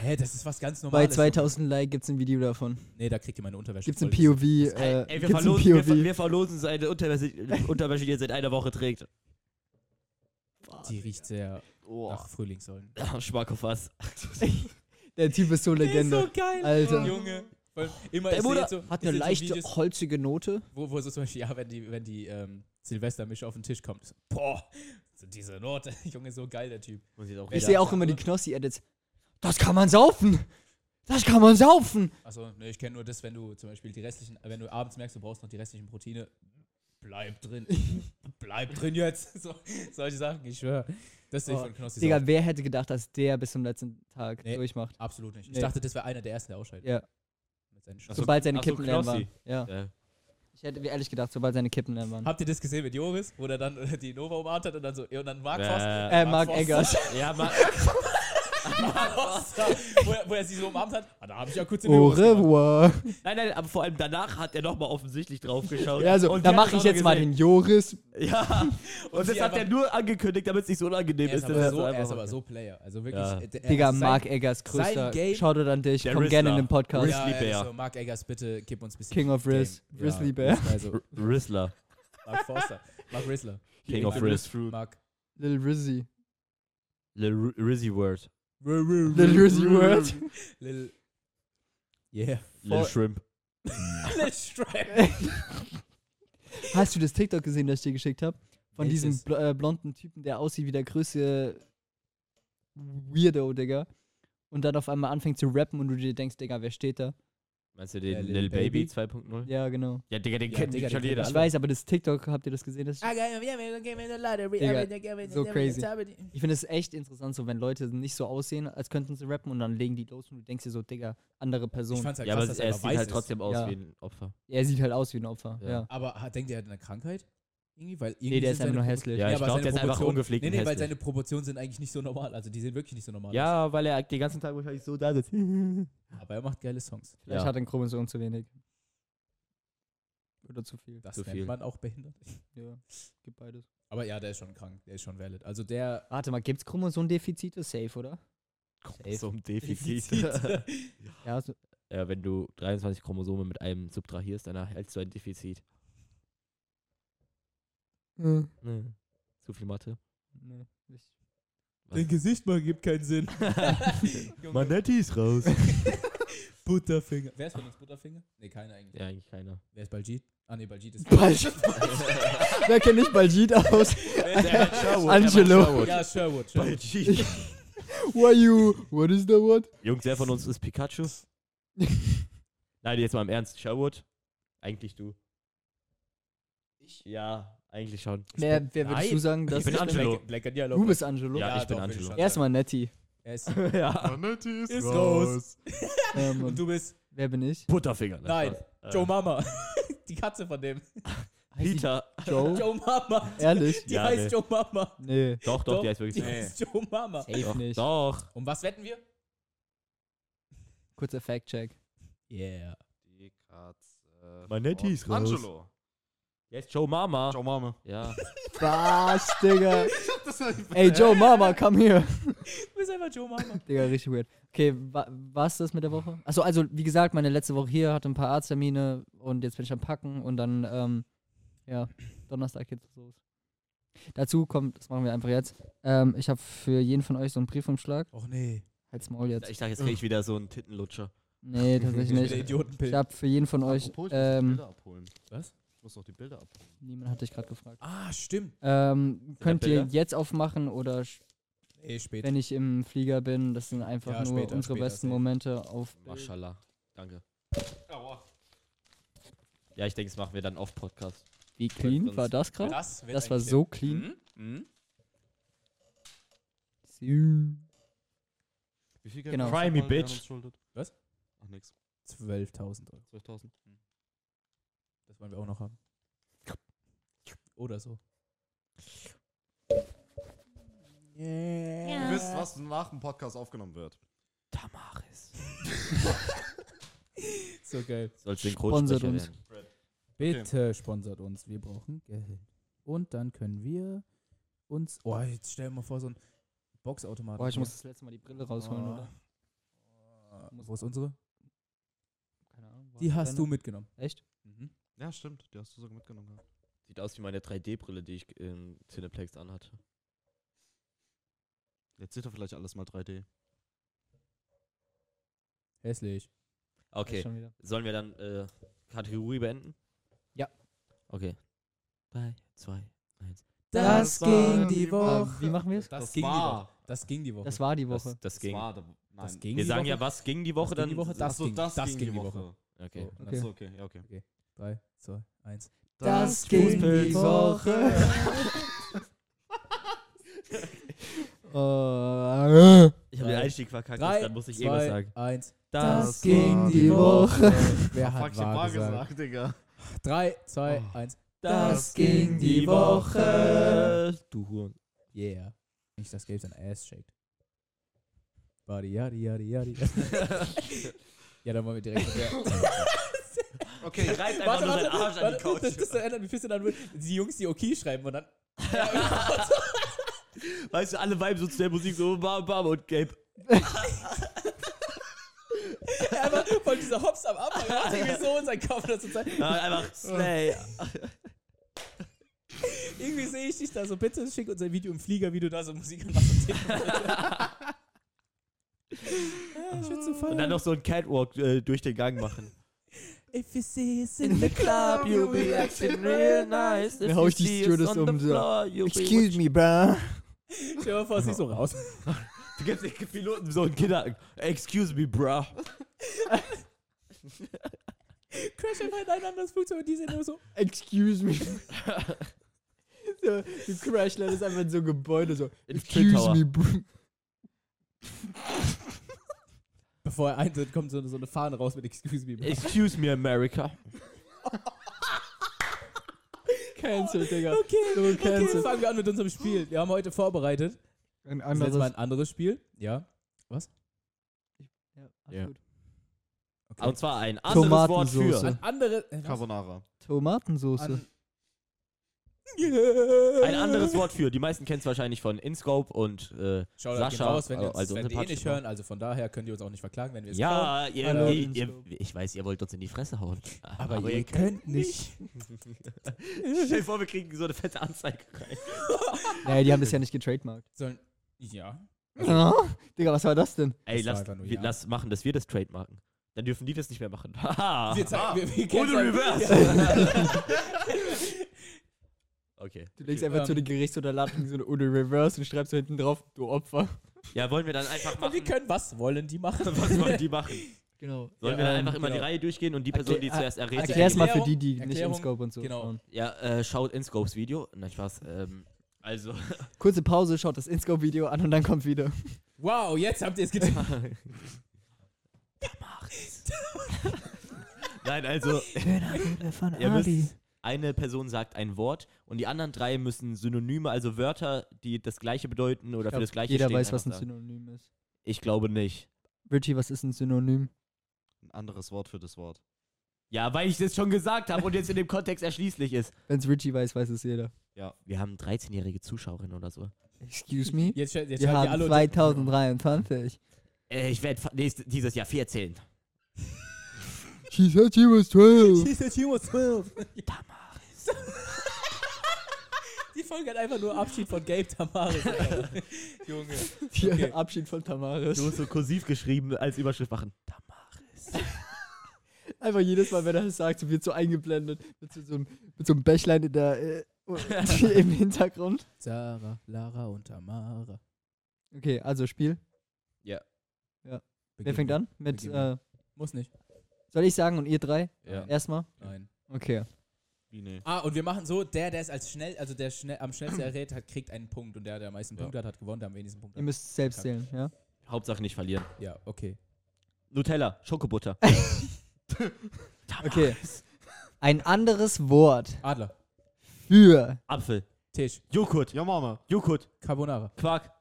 F: Hä, das ist was ganz
E: Bei
F: Normales.
E: 2000 Like gibt's ein Video davon.
F: Nee, da kriegt ihr meine Unterwäsche.
E: Gibt's ein
F: voll.
E: POV.
D: Ey, wir
E: Äh, gibt's ein
D: verlosen, wir, ver-
E: POV.
D: wir verlosen seine Unterwäsche, Unterwäsche, die er seit einer Woche trägt.
F: Die riecht sehr
D: Oh.
F: nach Frühlingssäulen.
D: Schmackofass.
E: Der Typ ist so Legende.
F: geil.
E: Alter.
F: Junge. Vor allem Immer
E: Der
F: ich seh
E: Bruder
F: jetzt so,
E: hat
F: ich
E: eine
F: seh so
E: leichte,
F: Videos,
E: holzige Note.
F: wo, wo so zum Beispiel, ja, wenn die, wenn die ähm, Silvestermische auf den Tisch kommt. So, boah, so diese Note. Junge, so geil der Typ.
E: Ich
F: Ja.
E: sehe auch immer die Knossi-Edits. Das kann man saufen! Das kann man saufen!
F: Achso, ne, ich kenne nur das, wenn du zum Beispiel die restlichen, wenn du abends merkst, du brauchst noch die restlichen Proteine, bleib drin. bleib drin jetzt. So, solche Sachen, ich schwöre. Das sehe ich
E: Oh,
F: von Knossi so.
E: Digga, wer hätte gedacht, dass der bis zum letzten Tag
F: Nee.
E: durchmacht?
F: Absolut nicht. Ich
E: Nee.
F: dachte, das wäre einer der ersten, der ausscheidet.
E: Ja.
F: Mit seinen
D: Ach so,
E: sobald seine
D: ach so,
E: Kippen leer
D: Knossi.
E: waren. Ja. Ich hätte mir ehrlich gedacht, sobald seine Kippen leer waren.
F: Habt ihr das gesehen mit Joris, wo der dann äh, die Nova umarmt hat und dann so, und dann Mark
D: Ja.
F: Forster?
E: äh, Mark Eggers.
D: Ja, Mann.
F: Mark Forster, wo, er, wo er sie so umarmt hat. Ah, da habe ich ja kurz in die
E: Au
F: Hose gemacht.
E: revoir.
D: Nein, nein, aber vor allem danach hat er nochmal offensichtlich drauf geschaut.
E: Ja, so,
D: Und
E: da
D: die
E: mache
D: hat's
E: ich
D: auch noch
E: jetzt mal
D: gesehen.
E: den Joris.
D: Ja, und,
F: Und
D: das
F: sie
D: hat er
F: einfach-
D: nur angekündigt, damit es nicht so unangenehm
F: Er ist,
D: ist.
F: aber
D: dass
F: so, er ist
D: einfach-
F: aber so Player. Also wirklich.
D: Ja.
F: äh, der- er
E: Digga,
F: ist sein-
E: Mark Eggers,
F: sein
E: größter.
F: Game-
E: Shoutout an dich.
D: Der
E: Komm gerne in
D: Rizzler.
E: den Podcast.
D: Grizzly
F: ja,
D: Bear.
F: So, Also Mark Eggers, bitte gib uns ein bisschen.
E: King of Riz.
F: Game.
E: Grizzly
F: Ja,
E: Bear.
F: Also,
D: Rizzler,
F: Mark Forster. Mark Rizzler.
D: King of Riz.
F: Mark.
E: Lil Rizzy.
D: Lil Rizzy Word.
E: Lil Rizzy World.
F: Lil. Yeah.
D: Lil Shrimp.
F: Lil Strike.
E: Hast du das TikTok gesehen, das ich dir geschickt habe? Von diesem
F: Welches?
E: bl äh, blonden Typen, der aussieht wie der größte Weirdo, Digga. Und dann auf einmal anfängt zu rappen und du dir denkst, Digga, wer steht da?
D: Meinst du
F: Ja,
D: den
F: Lil
D: Lil Baby
F: Baby.
D: 2.0?
E: Ja, genau.
D: Ja, Digga, den
F: Ja,
D: kennt
F: Digga,
D: schon
F: den
D: jeder.
E: Ich weiß, aber das Tiktok, habt ihr das gesehen? Das Digga, so crazy. Ich finde es echt interessant, so wenn Leute nicht so aussehen, als könnten sie rappen und dann legen die los und du denkst dir so, Digga, andere
F: Ich
E: Person.
F: fand's halt
D: Ja,
F: krass,
D: aber
F: dass
D: er
F: einfach
D: sieht
F: weiß
D: halt
F: ist.
D: trotzdem aus
E: Ja.
D: wie ein Opfer.
E: er sieht halt aus wie ein Opfer.
D: Ja.
E: Ja.
F: Aber hat, denkt ihr, er hat eine Krankheit? Irgendwie, weil irgendwie
E: Nee,
F: sind
E: der ist einfach
F: seine
E: nur
F: Propo-
E: hässlich.
D: Ja,
F: Nee,
D: ich
F: aber
D: glaube,
F: seine
D: der ist einfach
F: Proportionen-
D: ungepflegt
F: Nee,
D: und
F: nee, weil
D: hässlich.
F: seine Proportionen sind eigentlich nicht so normal. Also die sind wirklich nicht so normal.
D: Ja, weil er den ganzen Tag wahrscheinlich so da sitzt.
F: aus. Aber er macht geile Songs.
E: Vielleicht
D: Ja.
E: hat ein Chromosom zu wenig. Oder zu viel.
F: Das
D: Zu
F: nennt
D: viel.
F: man auch behindert.
E: Ja, gibt beides.
F: Aber ja, der ist schon krank. Der ist schon valid. Also der.
E: Warte mal, gibt's Chromosomdefizite? Safe, oder?
D: So ein Defizit.
E: Ja, so,
D: ja, wenn du 23 Chromosome mit einem subtrahierst, dann erhältst du ein Defizit.
E: Hm.
D: Nee. Zu viel Mathe.
E: Nee, nicht.
D: Dein
F: Gesicht mal gibt keinen Sinn.
D: Manetti ist raus.
F: Butterfinger. Wer ist von uns Butterfinger? Nee, keiner eigentlich.
D: ja, eigentlich keiner.
F: Wer ist Baljeet? Ah, nee, Baljeet ist.
E: Baljeet. Wer kennt nicht Baljeet aus? Angelo.
F: Ja, Sherwood. Sherwood.
D: Baljeet.
E: Who are you? What is the what?
D: Jungs, wer von uns ist Pikachu? Nein, jetzt mal im Ernst. Sherwood? Eigentlich du. Ich? Ja. Eigentlich schon.
E: Wer, wer würdest du
F: Nein.
E: sagen, dass
D: bin
E: du-
D: Angelo.
F: Black- Blacker Dialog.
E: Du bist Angelo.
D: Ja,
F: doch,
D: ich bin
F: würde
D: Angelo.
F: schon sagen.
E: Erstmal Nettie.
F: Er ist-
D: ja.
B: Vanity ist,
F: Ist
B: raus.
E: Ähm,
F: Und du bist.
E: wer bin ich?
D: Butterfinger. Äh,
F: Nein,
D: Spaß.
F: Joe Mama. Die Katze von dem.
E: Heißt die
D: Peter.
E: Joe?
F: Joe Mama.
E: Ehrlich?
F: Die
D: Ja,
F: heißt
D: nee.
F: Joe Mama.
E: Nee.
D: Doch, doch, die heißt wirklich
F: Die
D: so.
F: heißt Joe Mama.
E: Safe nicht.
D: Doch.
F: Um was wetten wir?
E: Kurzer Fact-Check.
F: Yeah.
B: Die Katze.
D: Manetti ist
B: von
D: raus.
B: Angelo.
D: Die heißt Joe Mama.
B: Ciao, Mama.
D: Ja.
E: Was, Digga?
B: Das ist
E: Ey, Joe, Mama, come here.
F: Du bist einfach Joe Mama.
E: Digga, richtig weird. Okay, wa war's das mit der Woche? Achso, also, wie gesagt, meine letzte Woche hier hatte ein paar Arzttermine und jetzt bin ich am Packen und dann, ähm, ja, Donnerstag geht's los. Dazu kommt, das machen wir einfach jetzt, ähm, ich habe für jeden von euch so einen Briefumschlag.
F: Och nee.
E: Halt's Maul jetzt.
D: Ich dachte, jetzt krieg ich wieder so einen Tittenlutscher.
E: Nee,
F: Ich
E: tatsächlich
F: bin der
E: nicht. Ich
F: Idiotenpilz.
E: habe für jeden von euch,
B: Apropos, ich muss die
E: ähm,
B: Bilder abholen.
F: Was?
B: Ich muss noch die Bilder abholen.
E: niemand hat dich gerade gefragt.
F: Ah, stimmt.
E: Ähm, könnt ihr
D: Bilder?
E: jetzt aufmachen oder sch-
F: Eh, später.
E: wenn ich im Flieger bin, das sind einfach
F: Ja,
E: nur
F: später,
E: unsere
F: später,
E: besten
F: safe.
E: Momente auf.
D: Maschallah. Danke. Ja, ich denke, das machen wir dann auf Podcast.
E: Wie clean war das gerade?
F: Das, wird
E: Das
F: ein
E: war
F: Clip.
E: so clean.
F: Mhm. Mhm.
B: Wie viel Geld
E: Genau.
B: glaubst du,
D: Cry me,
B: Paul, der
D: bitch.
B: an uns schuldet?
F: Was?
B: Ach, nix.
F: 12.000 Euro.
B: 12.000. Hm.
F: Das wollen wir auch noch haben. Oder so.
B: Ihr wisst, was nach dem Podcast aufgenommen wird.
D: Damaris.
F: So geil.
D: Sollst du den
E: Sponsert
D: Grundsprecher
E: uns.
D: werden.
F: Bitte sponsert uns. Wir brauchen Geld. Und dann können wir uns. Oh, jetzt stell dir mal vor, so ein Boxautomat.
E: Boah, ich muss das letzte Mal die Brille rausholen,
F: Oh.
E: oder?
F: Wo ist unsere?
E: Keine Ahnung.
F: Die hast du mitgenommen.
E: Echt?
B: Ja, stimmt. Die hast du sogar mitgenommen. ja.
D: Sieht aus wie meine 3D-Brille, die ich im Cineplex anhatte.
B: Jetzt sieht er vielleicht alles mal 3D.
F: Hässlich.
D: Okay.
E: Schon wieder.
D: Sollen wir dann äh, Kategorie beenden?
E: Ja.
D: Okay. Drei, zwei, eins.
B: Das ging die Woche.
E: Wie machen wir es?
F: Das,
B: Das
F: ging
B: war-
F: die Woche. Das ging die Woche.
E: Das war die Woche.
D: Das, das ging.
B: war der, nein.
F: Das ging
D: wir
F: die
D: sagen
F: Woche.
D: ja, was ging die Woche
F: Das
D: dann?
F: ging die Woche, das
B: Achso,
F: ging,
B: das,
F: das
B: ging, die Woche.
D: Okay.
F: So.
B: Achso, okay, ja, okay.
F: Drei, zwei, eins.
E: Das ging die Äh,
D: Ich habe den Einstieg verkackt,
F: Drei,
D: dann muss ich eh was
F: zwei,
D: sagen.
F: eins.
E: Das ging die Woche.
F: Wer
B: Fuck,
F: hat
B: ich hab wahr
F: wahr gesagt?
B: gesagt, Digga.
F: Drei, zwei, eins.
E: Das ging die
F: Woche.
D: Du Huren.
F: Yeah. Nicht, dass Gabe sein Ass shakt. Body, yadi, yadi, yadi. ja, dann wollen wir direkt.
B: Okay,
D: Reißt einfach nur seinen Arsch an die Couch.
F: das, das erinnert mich ein bisschen an die Jungs, die OK schreiben und dann.
D: Weißt du, alle Vibes so zu der Musik so bam, bam und Gabe.
F: einfach voll dieser Hops am Anfang. Er hat irgendwie so in seinen Kopf dazu Zeit.
D: Ja, ah, einfach Slay.
F: Irgendwie sehe ich dich da so, bitte schick uns ein Video im Flieger, wie du da so Musik machst. ja, ich würde so
D: Und dann noch so ein Catwalk äh, durch den Gang machen.
F: If you see us in the club, you'll be acting real nice.
E: Dann hau ich die Stewardess um. So.
D: Excuse
E: Excuse me, bruh.
F: Stell dir mal vor, es sieht so raus.
D: Du gibst den Piloten so einen Kinder. Excuse me, bruh.
F: Crash einfach in ein anderes Flugzeug und die sind nur so.
E: Excuse me. so, du crash landest einfach in so ein Gebäude so.
D: In
E: Excuse
D: Tower.
E: me, bro.
F: Bevor er eintritt, kommt so, so eine Fahne raus mit Excuse me. bro."
D: Excuse me, America.
E: Cancel, Digga.
F: Okay,
E: So
F: okay,
E: cancelled.
F: fangen wir an mit unserem Spiel. Wir haben heute vorbereitet.
E: Ein
F: Das ist jetzt mal
E: anderes.
F: ein anderes Spiel. Ja.
E: Ja,
D: Ja.
E: absolut.
D: Und zwar ein anderes Wort
E: Tomatensoße.
D: für.
F: Ein anderes. äh, was?
B: Carbonara.
E: Tomatensoße.
D: Ein anderes Wort für. Die meisten kennen es wahrscheinlich von InScope und äh,
F: Shoutout
D: Sascha,
F: geht raus, wenn, ihr
D: also
F: uns, also wenn
D: unsere
F: die eh nicht
D: Party-
F: hören. Also von daher könnt ihr uns auch nicht verklagen, wenn wir es klauen.
D: ja, ihr,
F: Hallo,
D: ihr, ihr,
E: InScope.
D: ich weiß, ihr wollt uns in die Fresse hauen.
F: Aber, ihr könnt nicht.
D: Stell dir vor, wir kriegen so eine fette Anzeige rein.
E: Naja, die haben das ja nicht getrademarkt.
F: Sollen. Ja.
E: Ah, Digga, was war das denn?
D: Ey,
F: Das war
D: lass,
F: einfach nur
D: wir,
F: ja.
D: lass machen, dass wir das trademarken. Dann dürfen die das nicht mehr machen. Haha.
F: Wir zeigen, wir, wir
D: Ohne
F: canceln-
D: Reverse. okay.
E: Du legst einfach
F: Ähm.
E: zu den Gerichts- oder Laden so eine Udo Reverse und schreibst so hinten drauf, du Opfer.
D: Ja, wollen wir dann einfach
F: Und die
D: machen.
F: können, was wollen die machen?
D: Was wollen die machen?
E: Genau.
D: Sollen
F: Ja,
D: wir dann
F: ähm,
D: einfach immer die
F: genau.
D: Reihe durchgehen und die
E: Erklär-
D: Person, die
E: äh,
D: zuerst erredet,
E: Erklär's mal für
F: Erklärung,
E: die, die nicht im
F: Erklärung,
E: Scope und so
F: genau.
E: schauen.
D: Ja, äh, schaut InScopes Video. Nein, Spaß. Ähm, also,
E: Kurze Pause, schaut das InScope-Video an und dann kommt wieder.
F: Wow, jetzt habt ihr es getan.
D: nein, also,
E: Von
D: ihr müsst, eine Person sagt ein Wort und die anderen drei müssen Synonyme, also Wörter, die das Gleiche bedeuten oder für das Gleiche
E: Jeder
D: stehen.
E: weiß, was ein
D: einfach sagen.
E: Synonym ist.
D: Ich glaube nicht.
E: Richie, was ist ein Synonym?
B: Ein anderes Wort für das Wort.
D: Ja, weil ich das schon gesagt habe und jetzt in dem Kontext erschließlich ist.
E: Wenn es Richie weiß, weiß es jeder.
D: Wir haben 13-jährige Zuschauerinnen oder so.
E: Excuse me?
F: Jetzt, schre- jetzt
E: Wir
F: schreibt ihr
E: haben
F: alle
E: 2023.
D: Äh, ich werde dieses Jahr 14.
E: She said she was 12.
F: She's a she was 12. Die Folge hat einfach nur Abschied von Gabe Tamaris. Alter. Junge. Okay.
E: Abschied von Tamaris.
D: Du hast so kursiv geschrieben als Überschrift machen.
E: Einfach jedes Mal, wenn er das sagt, so wird so eingeblendet. Mit so, so, einem- mit so einem Bächlein in der, äh, im Hintergrund.
F: Sarah, Lara und Tamara.
E: Okay, also Spiel. Wer fängt an? Mit,
F: Beginn.
E: äh,
F: Muss nicht.
E: soll ich sagen und ihr drei?
B: Ja.
E: Erstmal?
F: Nein.
E: Okay.
B: Wie nee.
F: Ah, und wir machen so, der, der es als schnell, also der schnell, am schnellsten errät hat, kriegt einen Punkt. Und der, der am meisten
B: Ja.
F: Punkte hat, hat gewonnen, der am wenigsten Punkte
E: Ihr müsst selbst zählen, ja?
D: Hauptsache nicht verlieren.
F: hat. Ja, okay.
D: Nutella, Schokobutter.
E: Okay. Ein anderes Wort
F: Adler,
E: für
D: Apfel,
F: Tisch,
D: Joghurt,
B: Ja, Mama.
D: Joghurt,
F: Carbonara,
D: Quark,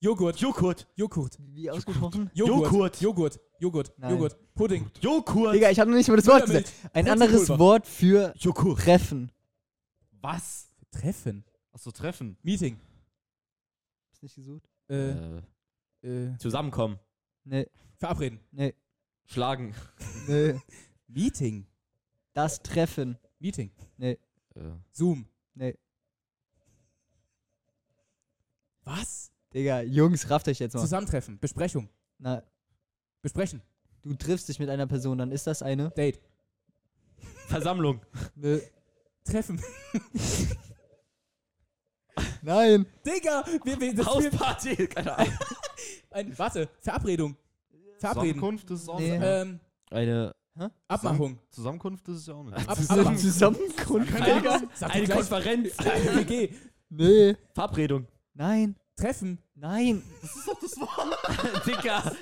F: Joghurt,
D: Joghurt,
F: Joghurt,
E: wie ausgesprochen?
F: Joghurt,
D: Joghurt.
F: Joghurt, Joghurt,
E: Nein.
F: Joghurt, Pudding,
D: Joghurt.
E: Digga, ich habe noch nicht mal das Wort gesagt.
F: Buttermilch,
E: Ein
F: Kurz-
E: anderes
F: Pulver.
E: Wort für
D: Joghurt.
E: Treffen.
B: Was?
F: Treffen,
B: Achso, Treffen.
F: Meeting,
E: Hast nicht gesucht?
F: äh,
D: Äh,
F: äh,
D: zusammenkommen,
E: Nee,
F: verabreden,
E: nee,
D: schlagen.
E: nee.
F: Meeting,
E: Das Treffen.
F: Meeting,
D: Äh,
F: Zoom,
E: Nee.
F: Was?
E: Digga, Jungs, rafft euch jetzt mal.
F: Zusammentreffen, Besprechung,
E: Na,
F: besprechen,
E: du triffst dich mit einer Person, dann ist das eine.
F: Date,
D: Versammlung.
E: Nee.
F: Treffen.
E: Nein.
F: Digga, wir, wir, das wir,
D: Hausparty. Keine Ahnung.
F: ein, warte, Verabredung, Verabreden,
B: Zusammenkunft ist es auch
E: Nee. Äh.
B: nicht.
F: ähm,
D: Eine,
F: Abmachung,
B: Zusammenkunft ist es ja auch nicht.
F: Ab,
E: Zusammen
F: Abmachung,
E: Zusammenkunft.
B: Keine Ahnung.
F: sag
D: eine
F: dir gleich,
D: Konferenz.
F: WG,
E: Nee.
D: Verabredung.
E: Nein.
F: Treffen,
E: Nein.
D: Digga.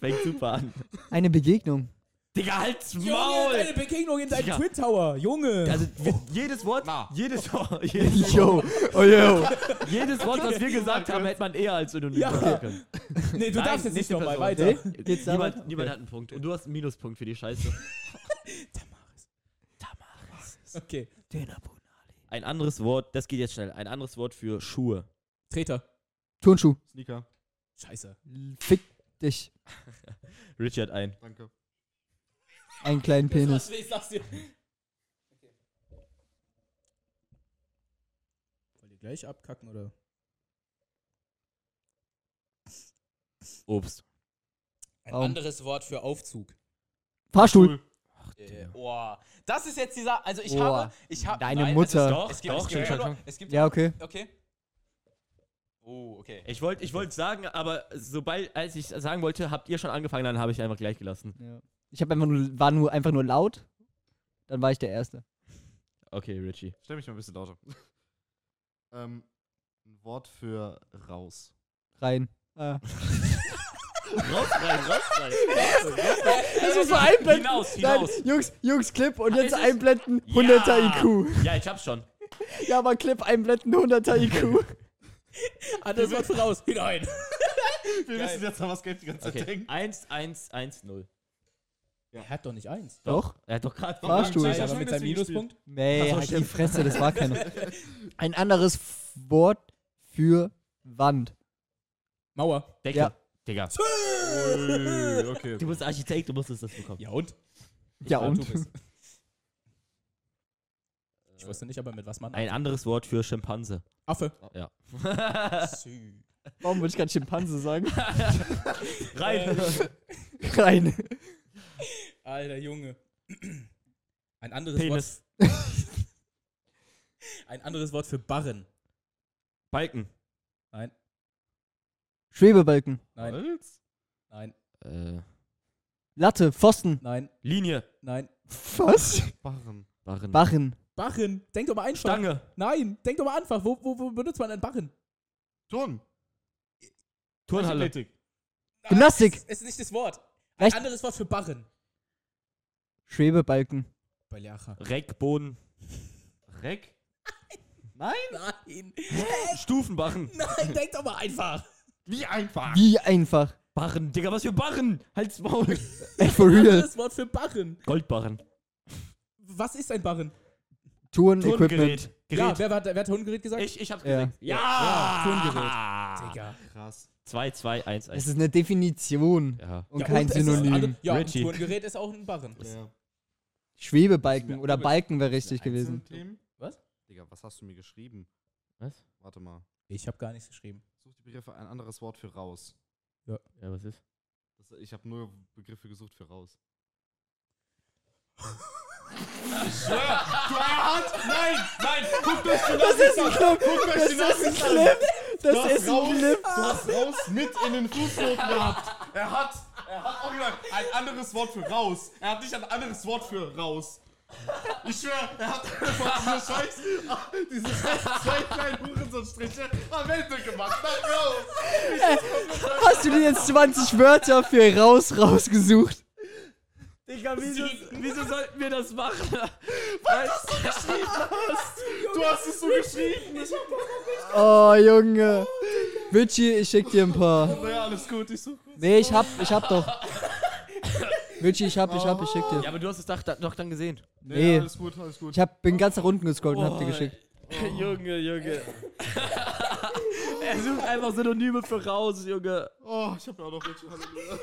D: Fängt super an.
E: Eine Begegnung.
D: Digga, halt's
F: Junge,
D: Maul.
F: deine Begegnung in deinem
D: Digga.
F: Twin Tower, Junge.
D: Also wir- jedes Wort,
B: Na.
D: jedes Wort, jedes,
E: Yo. Oh, yo.
D: jedes Wort, was wir gesagt haben, hätte man eher als Synonym
F: Ja.
D: sagen können.
F: nee, du
D: Nein,
F: darfst jetzt
D: nicht
F: nicht
D: die
F: nochmal
D: Person.
F: weiter.
E: Geht's da
D: niemand,
E: weiter? Okay.
D: niemand hat einen Punkt. Und du hast einen Minuspunkt für die Scheiße.
F: Okay,
D: Ein anderes Wort, das geht jetzt schnell. Ein anderes Wort für Schuhe.
F: Treter.
E: Turnschuh.
B: Sneaker.
F: Scheiße.
E: Fick dich.
D: Richard ein.
B: Danke.
E: Einen kleinen Penis.
F: Ich sag's dir. Wollt ihr gleich abkacken oder?
D: Obst.
F: Ein
E: Baum.
F: anderes Wort für Aufzug.
E: Fahrstuhl.
F: Äh, oh, das ist jetzt dieser. Also ich
E: Oh.
F: habe, ich habe.
E: Deine
F: nein,
E: Mutter.
F: Es, es gibt,
D: Doch,
F: es gibt,
D: doch,
F: nur- es gibt
E: Ja, okay.
F: okay. Oh, okay.
D: Ich wollte ich wollt sagen, aber sobald, als ich sagen wollte, habt ihr schon angefangen, dann habe ich einfach gleich gelassen.
E: Ja. Ich hab einfach nur, war nur einfach nur laut. Dann war ich der Erste.
D: Okay, Richie.
B: Stell mich mal ein bisschen lauter. ähm, ein Wort für raus.
E: Rein. Ah.
D: Raus rein, raus rein.
E: Das muss man einblenden.
D: Hinaus,
E: Nein,
D: hinaus.
E: Jungs, Jungs, Clip und jetzt
D: Ist Ah, es-
E: einblenden
D: Ja.
E: 100er IQ.
D: Ja, ich hab's schon.
E: Ja, aber Clip einblenden 100er IQ.
F: Anderes Wort für raus. Hinein.
B: Wir wissen jetzt mal, was Gabe die ganze Zeit
D: Okay.
B: denkt.
D: 1, 1, 1, 0.
F: Er hat doch nicht eins.
E: Doch.
D: Er hat doch gerade
E: Fahrstuhl.
F: Nein,
E: Ich
F: aber mit seinem Minuspunkt.
E: Nee,
D: Ach so,
E: halt die
D: stimmt.
E: Fresse, das war keine. Ein anderes F- Wort für Wand.
F: Mauer.
D: Decke.
E: Ja.
D: Digga.
B: Ui, okay.
D: Du bist Architekt, du musstest das bekommen.
F: Ja und?
E: ja,
F: Ah,
E: und?
F: du bist. Ich wusste nicht, aber mit was man.
D: Ein anderes Wort für Schimpanse.
F: Affe.
D: Ja.
F: Sü.
E: Warum wollte ich gerade Schimpanse sagen?
D: Rein.
E: Rein.
F: Alter Junge. Ein anderes
D: Penis.
F: Wort. Ein anderes Wort für Barren.
D: Balken.
F: Nein,
E: Schwebebalken.
F: nein,
B: Was?
F: nein.
D: Äh,
E: Latte, Pfosten,
F: Nein,
D: Linie.
F: nein.
E: was?
B: Barren.
D: Barren.
E: Barren,
F: Barren. Denk doch mal einfach.
D: Stange.
F: Nein, denk doch mal einfach. Wo, wo, wo benutzt man einen Barren?
B: Turn.
D: Turnhalle.
F: Nein,
E: Gymnastik.
F: Es ist, es ist nicht das Wort. Ein
E: Recht.
F: anderes Wort für Barren.
E: Schwebebalken,
F: Baleacha.
D: Reckboden. Reck?
F: Nein.
D: Stufenbarren.
F: Nein, denk doch mal einfach.
B: Wie einfach.
E: wie einfach,
D: Barren. Digga, was für Barren? Halt's Maul.
E: ey, for
F: Ein
E: real,
F: anderes Wort für Barren.
D: Goldbarren.
F: Was ist ein Barren?
E: Touren, Equipment,
D: Turngerät.
F: Ja,
D: Gerät.
F: wer, hat- wer hat Hundengerät gesagt?
D: ich, ich hab's
E: Ja.
D: gesagt. Ja!
F: Digga.
B: Krass.
D: 2, 2, 1,
E: das
D: 1.
E: ist eine Definition
D: Ja.
E: und
F: Ja,
E: kein
F: es ist-
E: Synonym.
F: also, ja, ein
D: Richie.
F: Turngerät ist auch ein Barren.
B: Ja.
E: Schwebebalken
F: Ja,
E: oder
F: aber-
E: Balken wäre richtig gewesen.
B: Einzelthemen?
F: Was?
B: Digga, was hast du mir geschrieben?
D: Was?
B: Warte mal.
F: Ich habe gar nichts geschrieben.
B: Such die Begriffe ein anderes Wort für raus.
D: Ja, was ist?
B: Das, ich habe nur Begriffe gesucht für raus.
D: Nein! Nein! Guck durch die
E: Das ist ein Club,
B: Guck
E: das ist ein Clip, das ist ein Clip.
B: Du hast raus mit in den Fußnoten gehabt. Er hat, er hat auch gesagt, ein anderes Wort für raus. Er hat nicht ein anderes Wort für raus. Ich schwör, er hat einfach diese scheiß, diese scheiß zwei kleinen Hurensohnstriche am Ende gemacht. Na, raus.
E: Hast du dir jetzt 20 Wörter für raus rausgesucht?
D: Digga, wieso, wieso sollten wir das machen?
B: Du hast es so geschrieben.
E: Oh, Junge. Richie, ich schick dir ein paar.
B: Na ja, alles gut, ich suche.
E: Nee, ich hab, ich hab doch. Richie, ich hab, ich hab, ich schick dir.
D: aber du hast es doch, doch dann gesehen.
B: Nee,
E: Nee.
B: alles gut, alles gut.
E: Ich hab, bin ganz nach unten gescrollt und hab dir geschickt.
D: Junge, Junge. er sucht einfach Synonyme für raus, Junge.
B: Oh, ich hab ja auch noch Richie. Halleluja.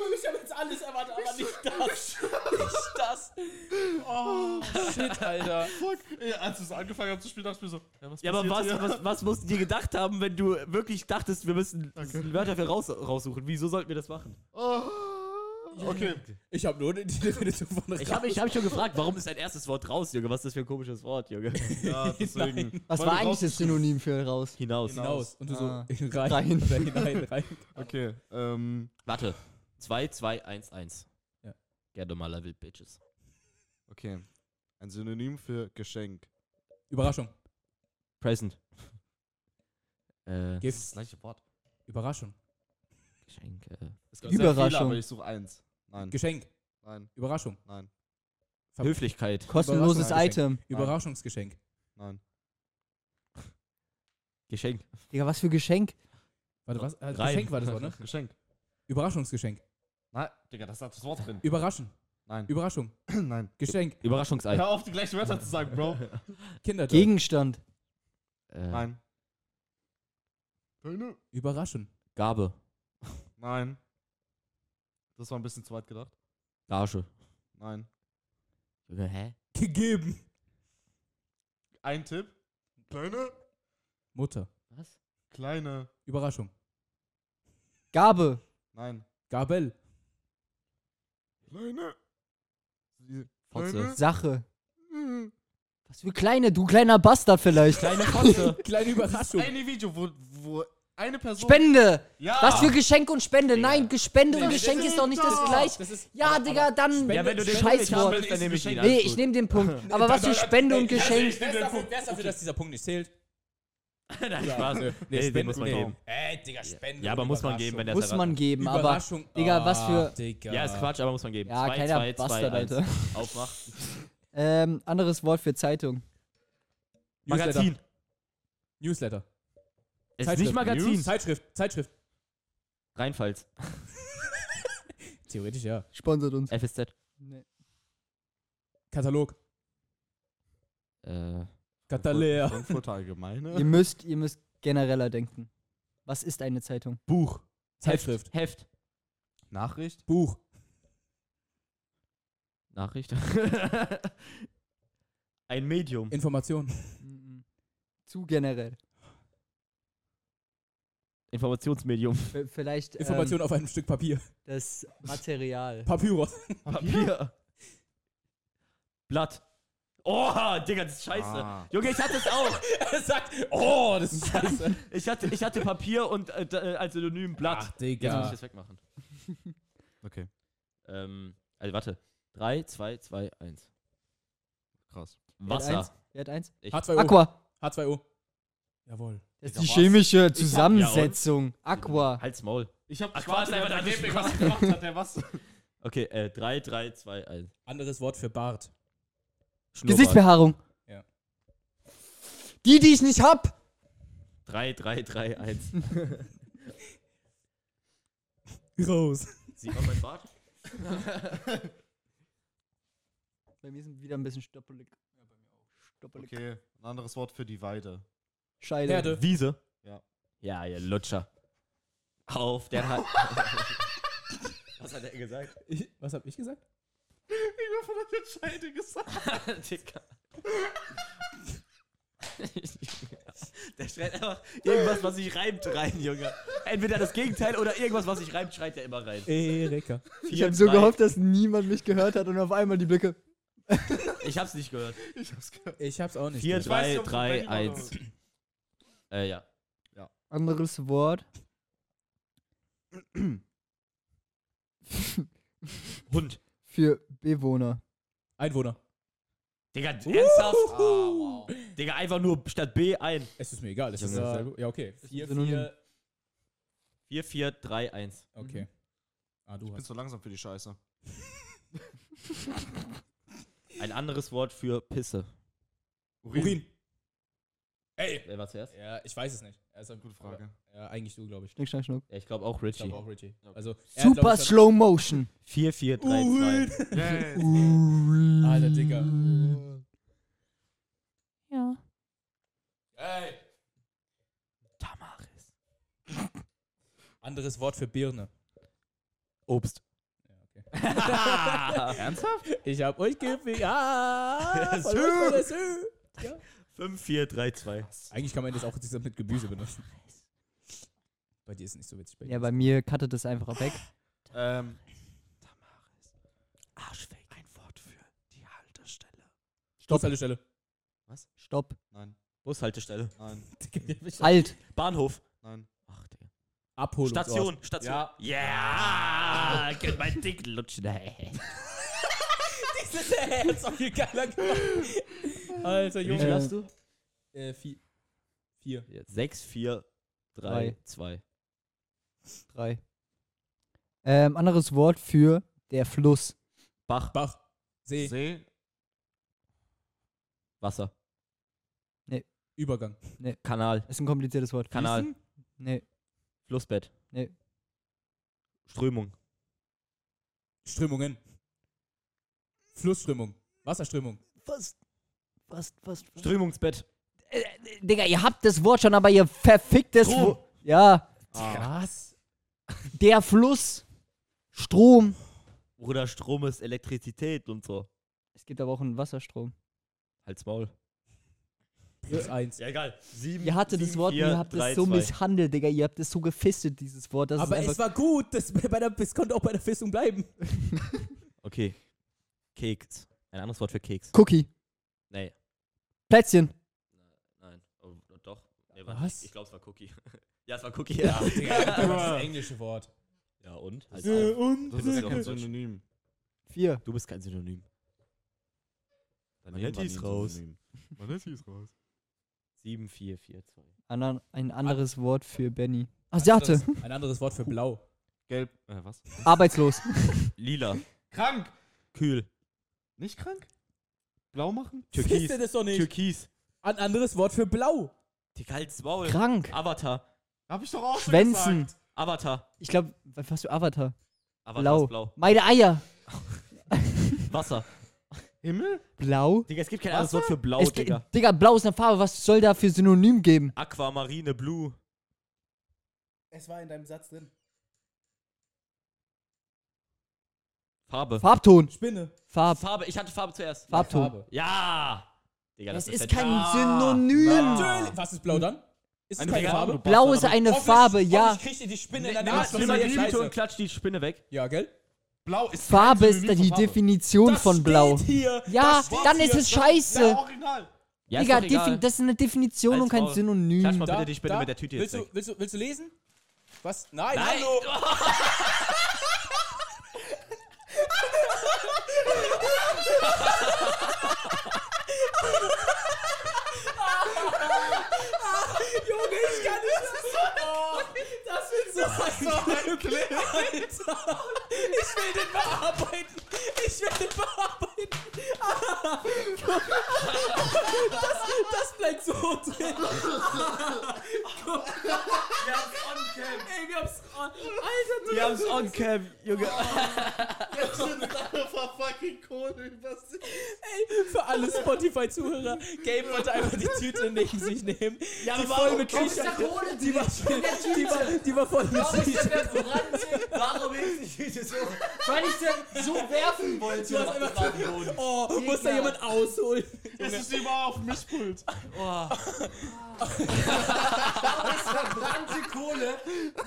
F: Mann, ich habe jetzt alles erwartet, aber nicht das. Nicht das. Oh, shit, Alter.
B: Fuck. Ey, als ich angefangen habe zu spielen, dachte ich mir so, ja, was
D: Ja, aber was,
B: passiert hier?
D: was, was musst du dir gedacht haben, wenn du wirklich dachtest, wir müssen
B: Danke.
D: Wörter für raus, raussuchen? Wieso sollten wir das machen?
B: Oh. Okay.
F: Ich habe nur die Definition von
D: Ich habe ich hab mich schon gefragt, warum ist dein erstes Wort raus, Junge? Was ist das für ein komisches Wort, Junge?
B: Ja, deswegen.
E: Was
B: Weil
E: war
B: du
E: eigentlich das
B: rausgeschrieben-
E: Synonym für raus?
D: Hinaus.
F: hinaus. Und du so
E: Ah.
F: rein,
E: Rein.
F: rein, rein, rein.
B: Okay, ähm,
D: Warte. 2, 2, 1, 1.
F: Ja.
D: Get on my level, bitches.
B: okay. Ein Synonym für Geschenk.
F: Überraschung.
D: Present. Äh,
F: Gift.
D: gleiche Wort.
F: Überraschung.
D: Geschenk. Äh.
B: Es sehr
E: Überraschung.
B: aber ich suche eins. Nein,
F: Geschenk.
B: nein,
F: Überraschung.
B: nein,
F: Ver-
D: Höflichkeit.
E: Kostenloses Item.
F: Überraschungsgeschenk. Überraschungsgeschenk.
B: nein.
D: Geschenk.
E: Digga, was für Geschenk?
F: Warte, was? Äh,
D: Rein.
F: Geschenk war das Wort, ne?
B: Geschenk.
F: Überraschungsgeschenk.
B: Nein, Digga, das hat das Wort drin.
F: Überraschen.
B: Nein,
F: Überraschung.
B: nein.
F: Geschenk.
D: Überraschungsei.
B: Hör auf, die gleichen Wörter zu sagen, Bro.
F: Kinderjoy.
E: Gegenstand.
D: Äh,
B: Nein. Keine.
F: Überraschen.
D: Gabe.
B: Nein. Das war ein bisschen zu weit gedacht.
D: Gage.
B: Nein.
D: Junge, hä?
F: Gegeben.
B: Ein Tipp. Kleine.
F: Mutter.
D: Was?
B: Kleine.
F: Überraschung.
E: Gabe.
B: Nein.
F: Gabel.
B: Kleine. Sie-
D: Fotze.
E: Mhm. Sache.
B: Mhm.
E: Was für kleine, du kleiner Bastard vielleicht.
D: Kleine Fotze.
F: Kleine Überraschung.
B: Eine Video, wo, wo eine Person.
E: Spende.
B: Ja.
E: Was für Geschenk und Spende? Nein, Gespende und
B: Ah. das
E: Geschenk
B: ist
E: ist doch nicht das
B: doch-
E: gleiche.
F: Das ist
E: Ja, Digga, dann.
D: ja, wenn du den Scheiß
E: Scheißwort.
D: willst, dann nehme ich ihn.
E: halt- Nee, ich nehme den Punkt. Aber was für Spende und Geschenk?
F: Wer ist dafür, wer ist dafür dass dieser Punkt nicht zählt?
D: nehme Nein, Spaß. Nee,
F: Spende
D: den muss man
F: und-
D: geben.
F: Ey, Digga, Spende.
D: Ja, aber
F: und
D: muss man
F: Überraschung.
D: geben, wenn der
E: Muss man geben, aber.
F: Überraschung.
E: Digga, was für-
F: Ah, Digga.
D: Ja, ist Quatsch, aber muss man geben.
E: Ja,
D: Zwei,
E: kleiner
D: zwei, zwei,
E: Bastard,
D: eins.
E: Alter.
D: Aufmach.
E: Ähm, anderes Wort für Zeitung.
F: Newsletter.
D: Magazin.
F: Newsletter.
D: Es ist
F: Zeitschrift.
D: nicht Magazin.
F: News? Zeitschrift. Zeitschrift.
D: Rheinpfalz.
F: Theoretisch, ja.
E: Sponsert uns.
D: FSZ.
F: Katalog.
D: Äh,
F: Katalea.
B: Frankfurter Allgemeine.
E: Ihr müsst, ihr müsst genereller denken. Was ist eine Zeitung?
F: Buch. Zeitschrift.
D: Heft.
B: Nachricht.
F: Buch.
D: Nachricht. Ein Medium.
F: Information.
D: Ähm.
E: Mhm. Zu generell.
D: Informationsmedium.
E: V vielleicht ähm,
F: Information auf einem Stück Papier.
E: das Material.
F: Papyrus.
D: Papier. Blatt. Oh, Digga, das ist scheiße.
B: Ah.
D: Junge, ich hatte es auch.
F: er sagt, oh, das ist scheiße.
D: Ich hatte, ich hatte Papier und äh, da- äh, als Synonym Blatt.
F: Ach,
D: Jetzt muss
F: Digga.
D: ich das wegmachen.
B: Okay,
D: Ähm, also warte. 3, 2, 2, 1.
B: krass.
E: Wer hat eins?
D: Wasser.
E: Wer hat eins?
D: Ich-
F: H2O.
E: Aqua.
F: H2O. Jawohl.
E: Das ist
D: Ich
E: die
D: hab was.
E: chemische
D: Zusammensetzung.
E: Zusammensetzung. Aqua.
D: Halt's Maul.
B: Ich hab
D: Ach, warte,
B: der
D: aber da
B: erklärt
D: nicht
B: mir, was gemacht hat, der was.
D: Okay, äh, 3, 3, 2, 1.
F: Anderes Wort für Bart.
E: Gesichtsbehaarung.
F: Ja.
E: Die, die ich nicht hab.
D: 3, 3, 3, 1.
F: Groß.
D: Sieht man mein Bart?
E: Bei mir sind wieder ein bisschen stoppelig. Stoppelig.
B: Okay, ein anderes Wort für die Weide.
E: Scheide.
F: Herde.
D: Wiese?
B: Ja.
D: Ja, ihr Lutscher. Auf der hat. Was hat er gesagt?
F: Ich, was hab ich gesagt?
B: Irgendwann hat der Scheide gesagt.
D: Digga. der schreit einfach irgendwas, was sich reimt, rein, Junge. Entweder das Gegenteil oder irgendwas, was sich reimt, schreit er immer rein.
F: Erika.
E: Ich habe
D: Vier,
E: so
D: drei-
E: gehofft, dass niemand mich gehört hat und auf einmal die Blicke.
D: Ich hab's nicht gehört.
B: Ich hab's gehört.
F: Ich hab's auch nicht.
D: 4,
F: gehört.
B: weiß nicht,
D: 3,
B: ob du
D: 3,
B: Benny
D: 1. Äh, ja.
E: Anderes Wort.
D: Hund.
E: Für Bewohner.
F: Einwohner.
D: Digga, ernsthaft? Ah, Digga, einfach nur statt B ein.
F: Es ist mir egal. Es
D: Junge,
F: ist
D: das ist
F: ja,
D: ja
F: ja, okay. Vier,
E: Synonym.
F: vier.
D: 4, 4, 3, 1.
F: Okay. Ah, du
B: Ich bin
F: hast.
B: zu langsam für die Scheiße.
D: Ein anderes Wort für Pisse.
F: Urin. Ey.
D: Wer war zuerst?
F: Ja, ich weiß es nicht. Also,
B: Gute Frage.
F: Ja, eigentlich du, glaube ich.
E: Schnick, schnack, schnuck.
D: Ja, ich glaube auch
F: Ich
D: Richie.
F: glaube auch Richie. Also, er hat,
E: Super
F: glaub ich, schon-
E: Slow Motion.
D: 4, 4, 3, 2.
B: Yes.
F: Alter, Digga.
E: Ja.
F: Ey.
D: Tamaris.
F: Anderes Wort für Birne.
D: Obst. Ernsthaft?
F: Ich hab euch gefickt. Ah,
D: Der
F: voll
D: Sü.
F: gut, der Sü.
D: 5, 4, 3, 2.
F: Eigentlich kann man das auch zusammen mit Gemüse benutzen. Bei dir ist es nicht so witzig. Bei
E: Ja,
F: dir
E: bei mir cuttet es einfach weg.
B: Ähm,
D: Arschweg. Ein Wort für die Haltestelle.
F: Stopp. Bushaltestelle.
E: Stopp.
B: nein,
D: Bushaltestelle.
B: nein,
E: Halt.
D: Bahnhof.
B: nein.
D: Ach, Digga.
F: Abholung.
D: Station, Station.
F: Ja.
D: Yeah! Könnt mein Dick lutschen.
F: Dieses Herz
D: Äh.
F: auf die geiler gemacht. Alter,
D: Wie
F: Junge.
D: viel
E: Äh.
D: hast du?
F: Äh, vier. Vier.
D: 6, 4, 3,
E: Drei.
D: 2.
E: Drei. Ähm, anderes Wort für der Fluss.
D: Bach,
F: Bach. See.
B: See,
D: Wasser.
F: Übergang.
D: Kanal,
E: Ist ein kompliziertes Wort.
D: Kanal.
E: Nee.
D: Flussbett.
E: Nee.
D: Strömung.
F: Strömungen. Flussströmung. Wasserströmung.
E: Fast. Fast, fast.
D: Strömungsbett.
E: Äh, Digga, ihr habt das Wort schon, aber ihr verficktes
D: Strom.
E: Wort. Ja.
F: Was?
E: Der Fluss. Strom.
D: Bruder, Strom ist Elektrizität und so.
E: Es gibt aber auch einen Wasserstrom.
D: Halt's Maul.
F: Plus eins.
D: Ja, egal. Sieben,
E: Ihr hattet das Wort, und ihr habt das so misshandelt, Digga. Ihr habt das so gefistet, dieses Wort. Das
F: Aber
E: ist
F: es
E: einfach
F: war gut. Das, bei der, es konnte auch bei der Festung bleiben.
D: Okay. Keks. Ein anderes Wort für Keks.
E: Cookie.
D: Nee.
E: Plätzchen.
D: Nein. Oh, doch. Nee,
F: warte, Was? ich- ich
D: glaube, es war Cookie. ja, es war Cookie. Ja,
F: das englische Wort.
D: ja und?
F: und
B: das ist ja kein Synonym.
E: Vier.
D: du bist kein Synonym.
B: Vanille
D: Vanilletti
B: ist
D: ist raus.
B: Synonym. Vanille ist raus.
D: 7, 4, 4, 2.
E: Andern, ein anderes Wort für Benny. Asiate.
F: Ein anderes Wort für blau.
B: Gelb. Äh, was?
E: Arbeitslos.
D: Lila.
B: Krank!
D: Kühl.
B: Nicht krank? Blau machen?
F: Wisst ihr
D: Türkis.
F: das doch nicht?
D: Türkis.
F: Ein anderes Wort für blau.
D: Dick, halt's Maul.
E: Krank.
D: Avatar.
B: Hab ich doch auch schon
E: Schwänzen.
B: gesagt.
D: Avatar.
E: Ich glaube, was warst du? Avatar.
D: Avatar
E: Blau.
D: ist blau.
E: Meine Eier.
D: Wasser.
B: Himmel?
E: Blau.
D: Digga, es gibt kein anderes Wort für blau,
E: Es-
D: Digga.
E: Digga, blau ist eine Farbe. Was soll da für Synonym geben?
D: Aquamarine Blue.
F: Es war in deinem Satz drin.
D: Farbe.
E: Farbton.
F: Spinne.
E: Farb.
D: Farbe. Ich hatte Farbe zuerst.
E: Farbton.
D: Ja! Digga,
E: Es
D: das
E: ist
D: ja-
E: kein
D: Ja.
E: Synonym.
F: Natürlich. Was ist blau dann? Ist es
D: Eine
F: keine
D: Farbe.
F: Farbe?
E: Blau ist eine Farbe, ja.
F: Ich krieg dir die Spinne in
D: Nee,
F: deine
D: nimm mal
F: Hand.
D: Schlimmer die Tüte und klatsch die Spinne weg.
F: Ja, gell?
B: Blau ist kein
E: Farbe ist
B: Synonym
E: da
B: für
E: die
B: Farbe.
E: Definition von Blau.
C: Steht hier.
E: Ja,
C: das steht
E: dann
C: hier.
E: ist es scheiße.
B: Ja, original.
D: Ja,
E: Digga,
D: ist doch egal.
E: Defin- das ist eine Definition
D: Als
E: und kein
D: Frau.
E: Synonym.
D: Klatsch mal bitte
F: Da,
D: dich bitte
F: da.
D: mit der Tüte
F: willst
D: jetzt
F: du,
D: weg.
F: willst, du, willst du lesen? Was? Nein,
D: Nein.
F: hallo! Junge, ich kann nicht. Das ist so, das ist so ein Glück, Alter. Ich will den bearbeiten. Ich will den bearbeiten. Das, das bleibt so drin. Ey, wir haben's. Alter,
D: Wir haben's on cam, Junge.
B: fucking Kohle übersehen.
F: ey, für alle Spotify-Zuhörer. Gabe wollte einfach die Tüte neben sich nehmen. Ja, die voll mit T-Shirt. Die war, die, war, die war voll mit T-Shirt.
G: Warum hilft die Tüte so? Weil ich sie so werfen wollte.
F: Du hast einfach- Oh, muss da jemand ausholen?
B: Es ist immer auf dem Mischpult.
E: Oh.
G: verbrannte Kohle.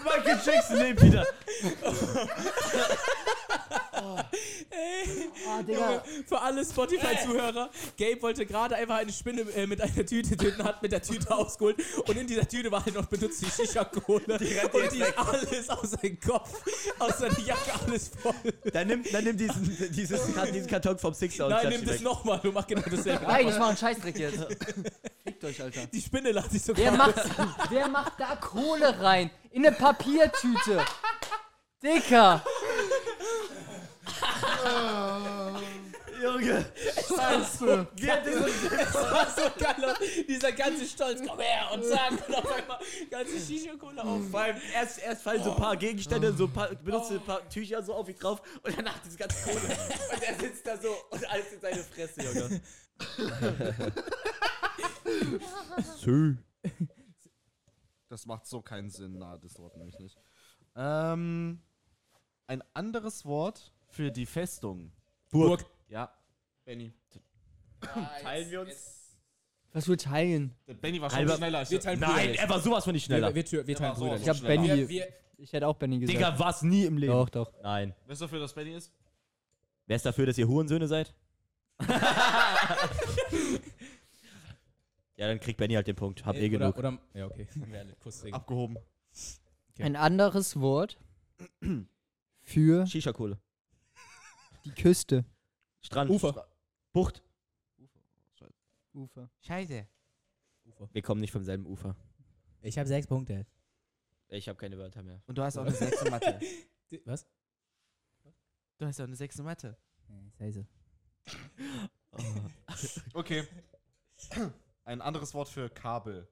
D: Michael Jackson lebt wieder.
E: Oh,
A: Ah, Digga.
F: Für alle Spotify-Zuhörer, Gabe wollte gerade einfach eine Spinne äh, mit einer Tüte töten, hat mit der Tüte ausgeholt und in dieser Tüte war halt noch benutzt die Shisha-Kohle und die ist alles aus seinem Kopf, aus seiner Jacke, alles voll.
D: Dann nimm, dann nimm diesen, dieses, diesen Karton vom Sixer und
F: Nein,
D: klatsch
F: nimm
D: ihn
F: das
D: weg.
F: nochmal, du machst genau dasselbe.
E: Nein, ich mach einen Scheißdreck jetzt. Fickt euch, Alter.
F: Die Spinne lacht sich
E: Wer
F: sogar.
E: macht, wer macht da Kohle rein? In eine Papiertüte. Dicker.
D: Junge,
E: Scheiße.
F: war so geil aus. Dieser ganze Stolz, komm her und zack, und auf einmal ganze Shisha-Cola auf. Oh.
D: vor allem erst, erst fallen so ein paar Gegenstände, so ein paar, benutzt ein paar Tücher so auf ihn drauf und danach diese ganze Kohle. Und er sitzt da so und alles in seine Fresse, Junge.
B: Das macht so keinen Sinn. Na, das Wort nämlich nicht. Ähm, ein anderes Wort für die Festung.
F: Burg.
B: Ja, Benny.
D: Teilen wir uns?
E: Was wir teilen.
B: Der Benny war
D: Halber-
B: schneller. Ich
F: Wir teilen
D: Nein,
F: Brüder.
D: er war sowas von nicht schneller.
F: Wir, wir, tö- wir teilen
B: war so
F: Brüder.
B: aus.
E: halt Ich hab
B: Schneller.
E: Benny.
F: Wir, wir,
E: Ich hätte auch Benny gesagt.
D: Digga, war's nie im Leben.
E: doch, doch.
D: Nein.
B: Weißt du, wofür das Benny ist?
D: Wer ist dafür, dass ihr Hurensöhne seid? ja, dann kriegt Benny halt den Punkt. Hab
F: oder,
D: eh genug.
F: Oder, ja, okay. Kussregel.
B: Abgehoben.
F: Ja.
E: Ein anderes Wort für
D: Shisha-Kohle.
E: die Küste.
D: Strand.
F: Ufer.
D: Bucht.
E: Ufer.
G: Scheiße.
D: Wir kommen nicht vom selben Ufer.
F: Ich habe sechs Punkte.
D: Ich habe keine Wörter mehr.
G: Und du hast auch eine 6 Mathe.
F: Was?
G: Du hast auch eine 6 Mathe.
F: Scheiße.
B: Okay. Ein anderes Wort für Kabel.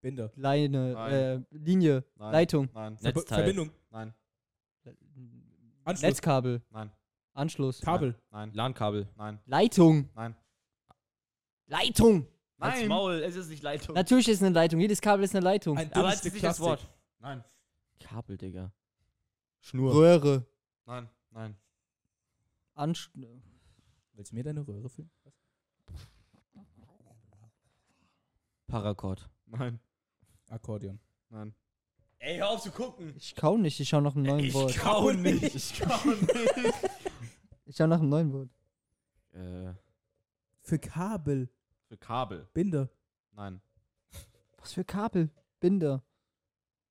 F: Binder.
B: Nein.
E: Leine, äh, Linie,
B: Nein.
E: Leitung,
B: Nein.
D: Netzteil.
F: Ver- Verbindung.
B: Nein.
F: Anschluss.
E: Netzkabel.
B: Nein.
E: Anschluss.
F: Kabel.
B: Nein.
D: LAN-Kabel.
B: Nein.
E: Leitung.
B: Nein.
E: Leitung.
D: Als
B: Nein.
D: Maul, es ist nicht Leitung.
E: Natürlich ist eine Leitung. Jedes Kabel ist Oh. eine Leitung.
F: Ein
D: Aber
F: dummes
D: es ist
F: Stück
D: nicht das
F: Plastik.
D: Wort.
B: Nein.
D: Kabel, Digga. Schnur.
E: Röhre.
B: Nein. Nein.
E: Ansch
F: Willst du mir deine Röhre füllen?
D: Paracord.
B: Nein.
F: Akkordeon.
B: Nein.
D: Ey, hör auf zu gucken.
E: ich kau nicht. Äh, Ich schau nach einem neuen Wort.
D: kau nicht.
E: Ich schau nach einem neuen Wort.
D: äh,
F: Für Kabel.
B: Für Kabel.
F: Binder.
B: Nein.
E: Was für Kabel? Binder.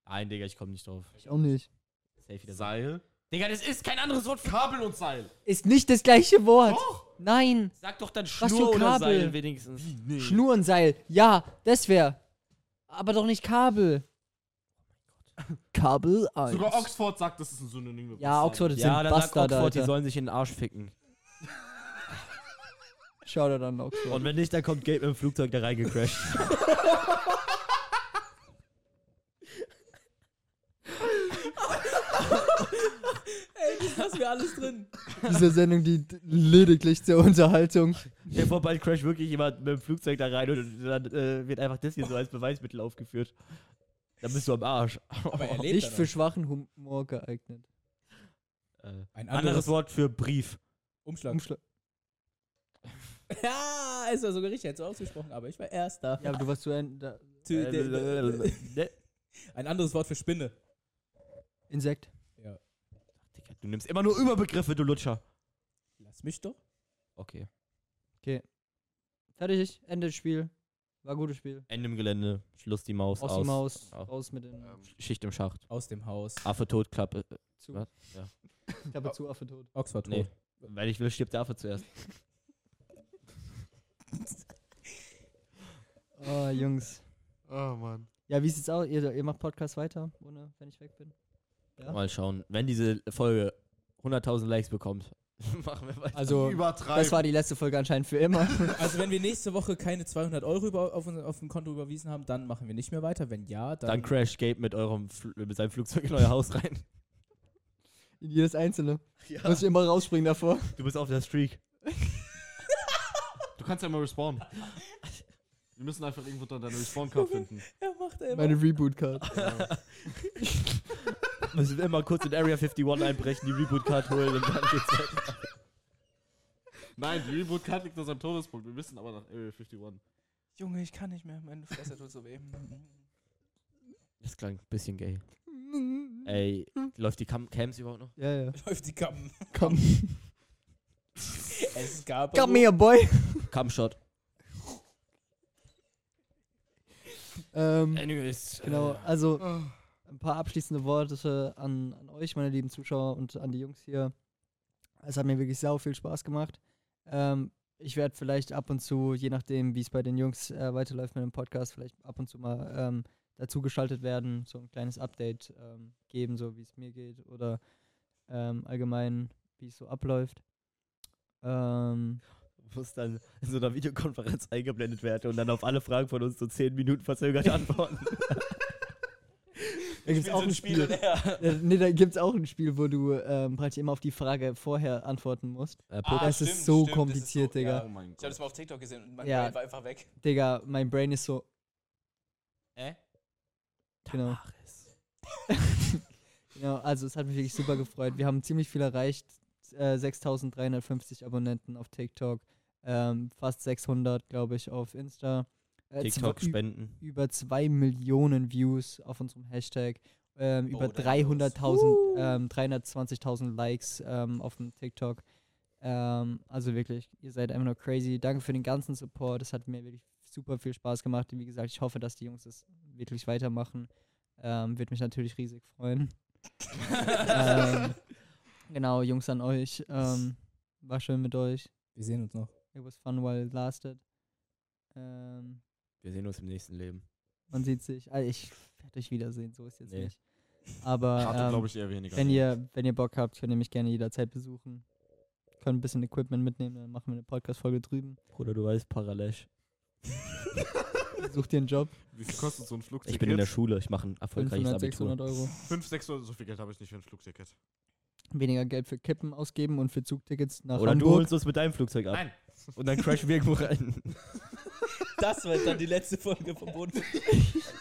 D: nein, Digga, ich komme nicht drauf.
E: Ich auch nicht.
D: Safe wieder.
B: Seil.
D: Digga, das ist kein anderes Wort.
B: Kabel und Seil.
E: Ist nicht das gleiche Wort.
B: Doch.
E: Nein.
D: Sag doch dann
E: Was
D: Schnur
E: für
D: oder
E: Kabel?
D: Seil wenigstens.
B: Nee.
E: Schnurenseil. Ja, das wäre. Aber doch nicht Kabel. Kabel 1.
B: Sogar Oxford sagt, das ist ein Synonym. für
E: ja,
B: Seil.
E: Oxford ist
D: Ja,
E: ein
D: dann
E: Bastard,
D: sag Oxford, die
E: Alter.
D: sollen sich in den Arsch ficken.
E: Schau da dann Oxford.
D: Und wenn nicht, dann kommt Gabe im Flugzeug da reingecrashed.
F: Lass mir alles drin.
E: Diese Sendung dient lediglich zur Unterhaltung.
D: Der vor, bald crasht wirklich jemand mit dem Flugzeug da rein und dann äh, wird einfach das hier so als Beweismittel aufgeführt. Dann bist du am Arsch.
F: Aber er lebt
E: Nicht
F: da
E: für
F: noch.
E: schwachen Humor geeignet.
D: Äh,
F: Ein anderes,
D: anderes Wort für Brief.
F: Umschlag.
E: Umschlag.
F: Ja, es war sogar richtig, hättest du ausgesprochen, aber ich war Erster.
E: Ja, aber du warst zu Ende.
F: Tü- de- de-
D: Äh, ne?
F: de- Ein anderes Wort für Spinne.
E: Insekt.
F: Ja.
D: Digga, Du nimmst immer nur Überbegriffe, du Lutscher.
F: Lass mich doch.
D: Okay.
E: Fertig, Ende des Spiel. War ein gutes Spiel.
D: Ende im Gelände, Schluss die Maus aus.
E: Aus die Maus,
D: aus.
E: raus mit den
D: Schicht im Schacht.
F: Aus dem Haus.
D: Affe tot, Klappe. äh,
E: zu.
D: was?
E: Klappe zu, Affe tot.
F: Ox war tot.
D: Nee. Wenn ich will, stirbt der Affe zuerst.
E: Oh, Jungs.
B: Oh Mann.
E: Ja, wie sieht's aus? Ihr, ihr macht Podcast weiter, ohne, wenn ich weg bin? Ja.
D: Mal schauen. Wenn diese Folge 100.000 Likes bekommt, machen wir weiter.
E: Also, das war die letzte Folge anscheinend für immer.
F: Also wenn wir nächste Woche keine 200 Euro über, auf, unser, auf dem Konto überwiesen haben, dann machen wir nicht mehr weiter. Wenn ja,
D: Dann
F: dann...
D: Crash Gate mit, eurem Fl mit seinem Flugzeug in euer Haus rein.
E: In jedes einzelne. Muss ich immer rausspringen davor.
D: Du bist auf der Streak.
B: Du kannst ja mal respawnen. Wir müssen einfach irgendwo dann deine Respawn-Card finden.
F: er macht er
E: Meine Reboot-Card.
D: Müssen wir immer kurz in Area 51 einbrechen, die Reboot-Card holen und dann geht's weiter.
B: Nein, die Reboot-Card liegt an seinem Todespunkt. Wir müssen aber nach Area 51.
F: Junge, ich kann nicht mehr. Meine Fresse tut so weh.
D: Das klang ein bisschen gay. Ey, läuft die Cam Cams überhaupt noch?
E: Ja, ja.
F: Läuft die Kappen.
E: Komm.
F: Es gab...
E: Komm her, Boy.
D: Cam-Shot.
E: Ähm,
D: Anyways.
E: genau, also ein paar abschließende Worte an, an euch, meine lieben Zuschauer und an die Jungs hier. Es hat mir wirklich sau viel Spaß gemacht. Ähm, ich werde vielleicht ab und zu, je nachdem, wie es bei den Jungs äh, weiterläuft mit dem Podcast, vielleicht ab und zu mal ähm, dazugeschaltet werden, so ein kleines Update ähm, geben, so wie es mir geht oder ähm, allgemein, wie es so abläuft. Ähm,
D: Muss dann in so einer Videokonferenz eingeblendet werden und dann auf alle Fragen von uns so 10 Minuten verzögert antworten.
E: da gibt's auch ein Spiel. Ja, äh, nee, da gibt es auch ein Spiel, wo du ähm, praktisch immer auf die Frage vorher antworten musst.
D: Äh,
F: Ah,
E: das
F: stimmt,
E: ist so
F: stimmt, das
E: kompliziert,
F: ist so-
E: Digga.
B: Oh mein
F: Ich habe
B: Gott.
F: das mal auf TikTok gesehen und mein
E: Ja.
F: Brain war einfach weg.
E: Digga, mein Brain ist so.
F: Äh?
E: Genau. genau, also es hat mich wirklich super gefreut. Wir haben ziemlich viel erreicht. Äh, 6.350 Abonnenten auf TikTok, ähm, fast 600, glaube ich, auf Insta. Äh,
D: TikTok
E: zwei- ü-
D: spenden.
E: Über 2 Millionen Views auf unserem Hashtag. Ähm, über
F: Oh, da
E: 300.000, ähm, 320.000 Likes ähm, auf dem TikTok. Ähm, also wirklich, ihr seid einfach nur crazy. Danke für den ganzen Support. Es hat mir wirklich super viel Spaß gemacht. Wie gesagt, ich hoffe, dass die Jungs es wirklich weitermachen. Ähm, Würde mich natürlich riesig freuen. ähm, genau, Jungs an euch. Ähm, war schön mit euch.
F: Wir sehen uns noch.
E: It was fun while it lasted. Ähm,
D: Wir sehen uns im nächsten Leben.
E: man sieht sich. Also ich werde euch wiedersehen, so ist jetzt
D: Nee.
E: nicht. Aber
B: Hatte,
E: ähm,
B: glaube ich, eher weniger.
D: also
E: wenn, ihr, wenn ihr Bock habt, könnt ihr mich gerne jederzeit besuchen. Könnt ein bisschen Equipment mitnehmen, dann machen wir eine Podcast-Folge drüben.
D: Bruder, du weißt, Paralesch.
E: Sucht dir einen Job.
B: Wie viel kostet so ein Flugticket?
D: Ich bin in der Schule, ich mache ein erfolgreiches
E: 500,
D: Abitur.
E: 600 Euro.
B: 5, 600, so viel Geld habe ich nicht für ein Flugticket.
E: Weniger Geld für Kippen ausgeben und für Zugtickets nach
D: Oder du
E: Hamburg.
D: holst uns mit deinem Flugzeug ab.
B: Nein.
D: Und dann crashen wir irgendwo rein.
F: Das wird dann die letzte Folge vom Boden.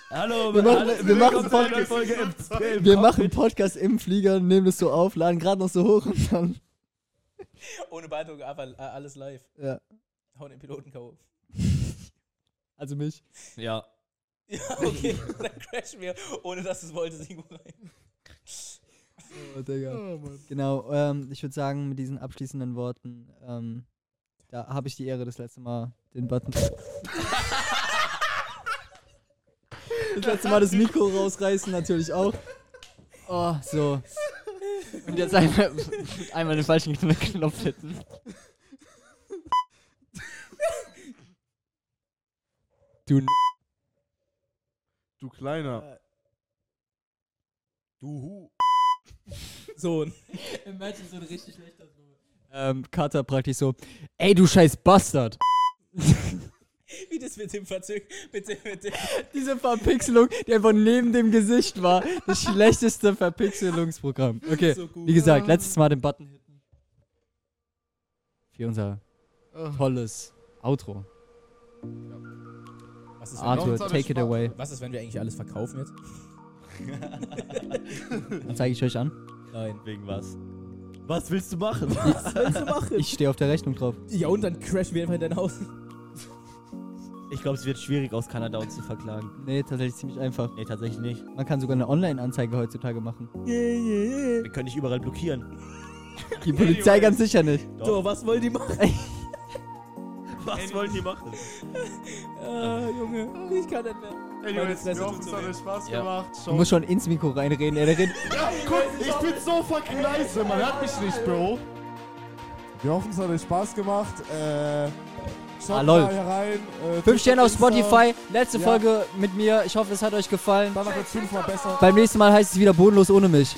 D: Hallo,
E: Wir machen-
D: alle-
E: wir machen
D: willkommen zu einer
E: Podcast.
D: Folge im, im
E: Wir machen Podcast im Flieger, nehmen das so auf, laden gerade noch so hoch und dann.
F: Ohne Beitrag, aber äh, alles live.
E: Ja,
F: Hau den Piloten K.O.
E: also mich.
D: Ja.
F: Ja, okay. dann crashen wir, ohne dass du es wolltest, irgendwo rein.
E: Oh, Digga. Genau, ähm, ich würde sagen, mit diesen abschließenden Worten, ähm, da habe ich die Ehre, das letzte Mal den Button. das letzte Mal das Mikro rausreißen, natürlich auch. Oh, so. Und jetzt einmal, einmal den falschen Knopf hätten.
F: Du
B: Du Kleiner.
F: Sohn.
E: Imagine so ein richtig schlechter Ähm, Carter praktisch so, ey du scheiß Bastard.
F: Wie das mit dem Verzög. Mit dem, mit dem.
E: Diese Verpixelung, die einfach neben dem Gesicht war, das schlechteste Verpixelungsprogramm. Okay,
F: So gut.
E: wie gesagt, letztes Mal den Button hitten. Für unser tolles Outro.
F: Was ist, wenn,
E: Arthur,
B: uns hat es
E: take it
B: Spaß
E: away.
F: was ist, wenn wir eigentlich alles verkaufen jetzt?
E: Dann zeige ich euch an.
F: Nein.
D: Wegen was? Was willst du machen?
F: Was willst du machen?
E: Ich stehe auf der Rechnung drauf.
F: ja, und dann crashen wir einfach in dein Haus.
D: Ich glaube, es wird schwierig, aus Kanada uns zu verklagen.
E: Nee, tatsächlich ziemlich einfach.
D: Nee, tatsächlich nicht.
E: Man kann sogar eine Online-Anzeige heutzutage machen.
D: Wir können dich überall blockieren.
E: Die Polizei ganz sicher nicht.
D: So,
F: was wollen die machen?
D: Was wollen die machen?
F: Ah, Junge, ich kann nicht mehr.
B: Anyways,
F: Fresse tut
B: wir hoffen, es
F: so
B: hat
F: weh.
B: euch Spaß
D: Ja.
B: gemacht.
E: Du
B: Ciao.
E: musst schon ins Mikro reinreden. Er redet
B: Ja, guck, ich bin so fucking leise, man hört mich nicht, Bro. Wir hoffen, es hat euch Spaß gemacht. Äh,
E: Ah, lol. mal
B: rein. Äh,
E: 5 Sterne auf Spotify. Letzte
B: Ja.
E: Folge mit mir. Ich hoffe, es hat euch gefallen.
B: Danach wird es fünfmal besser.
E: Beim nächsten Mal heißt es wieder bodenlos ohne mich.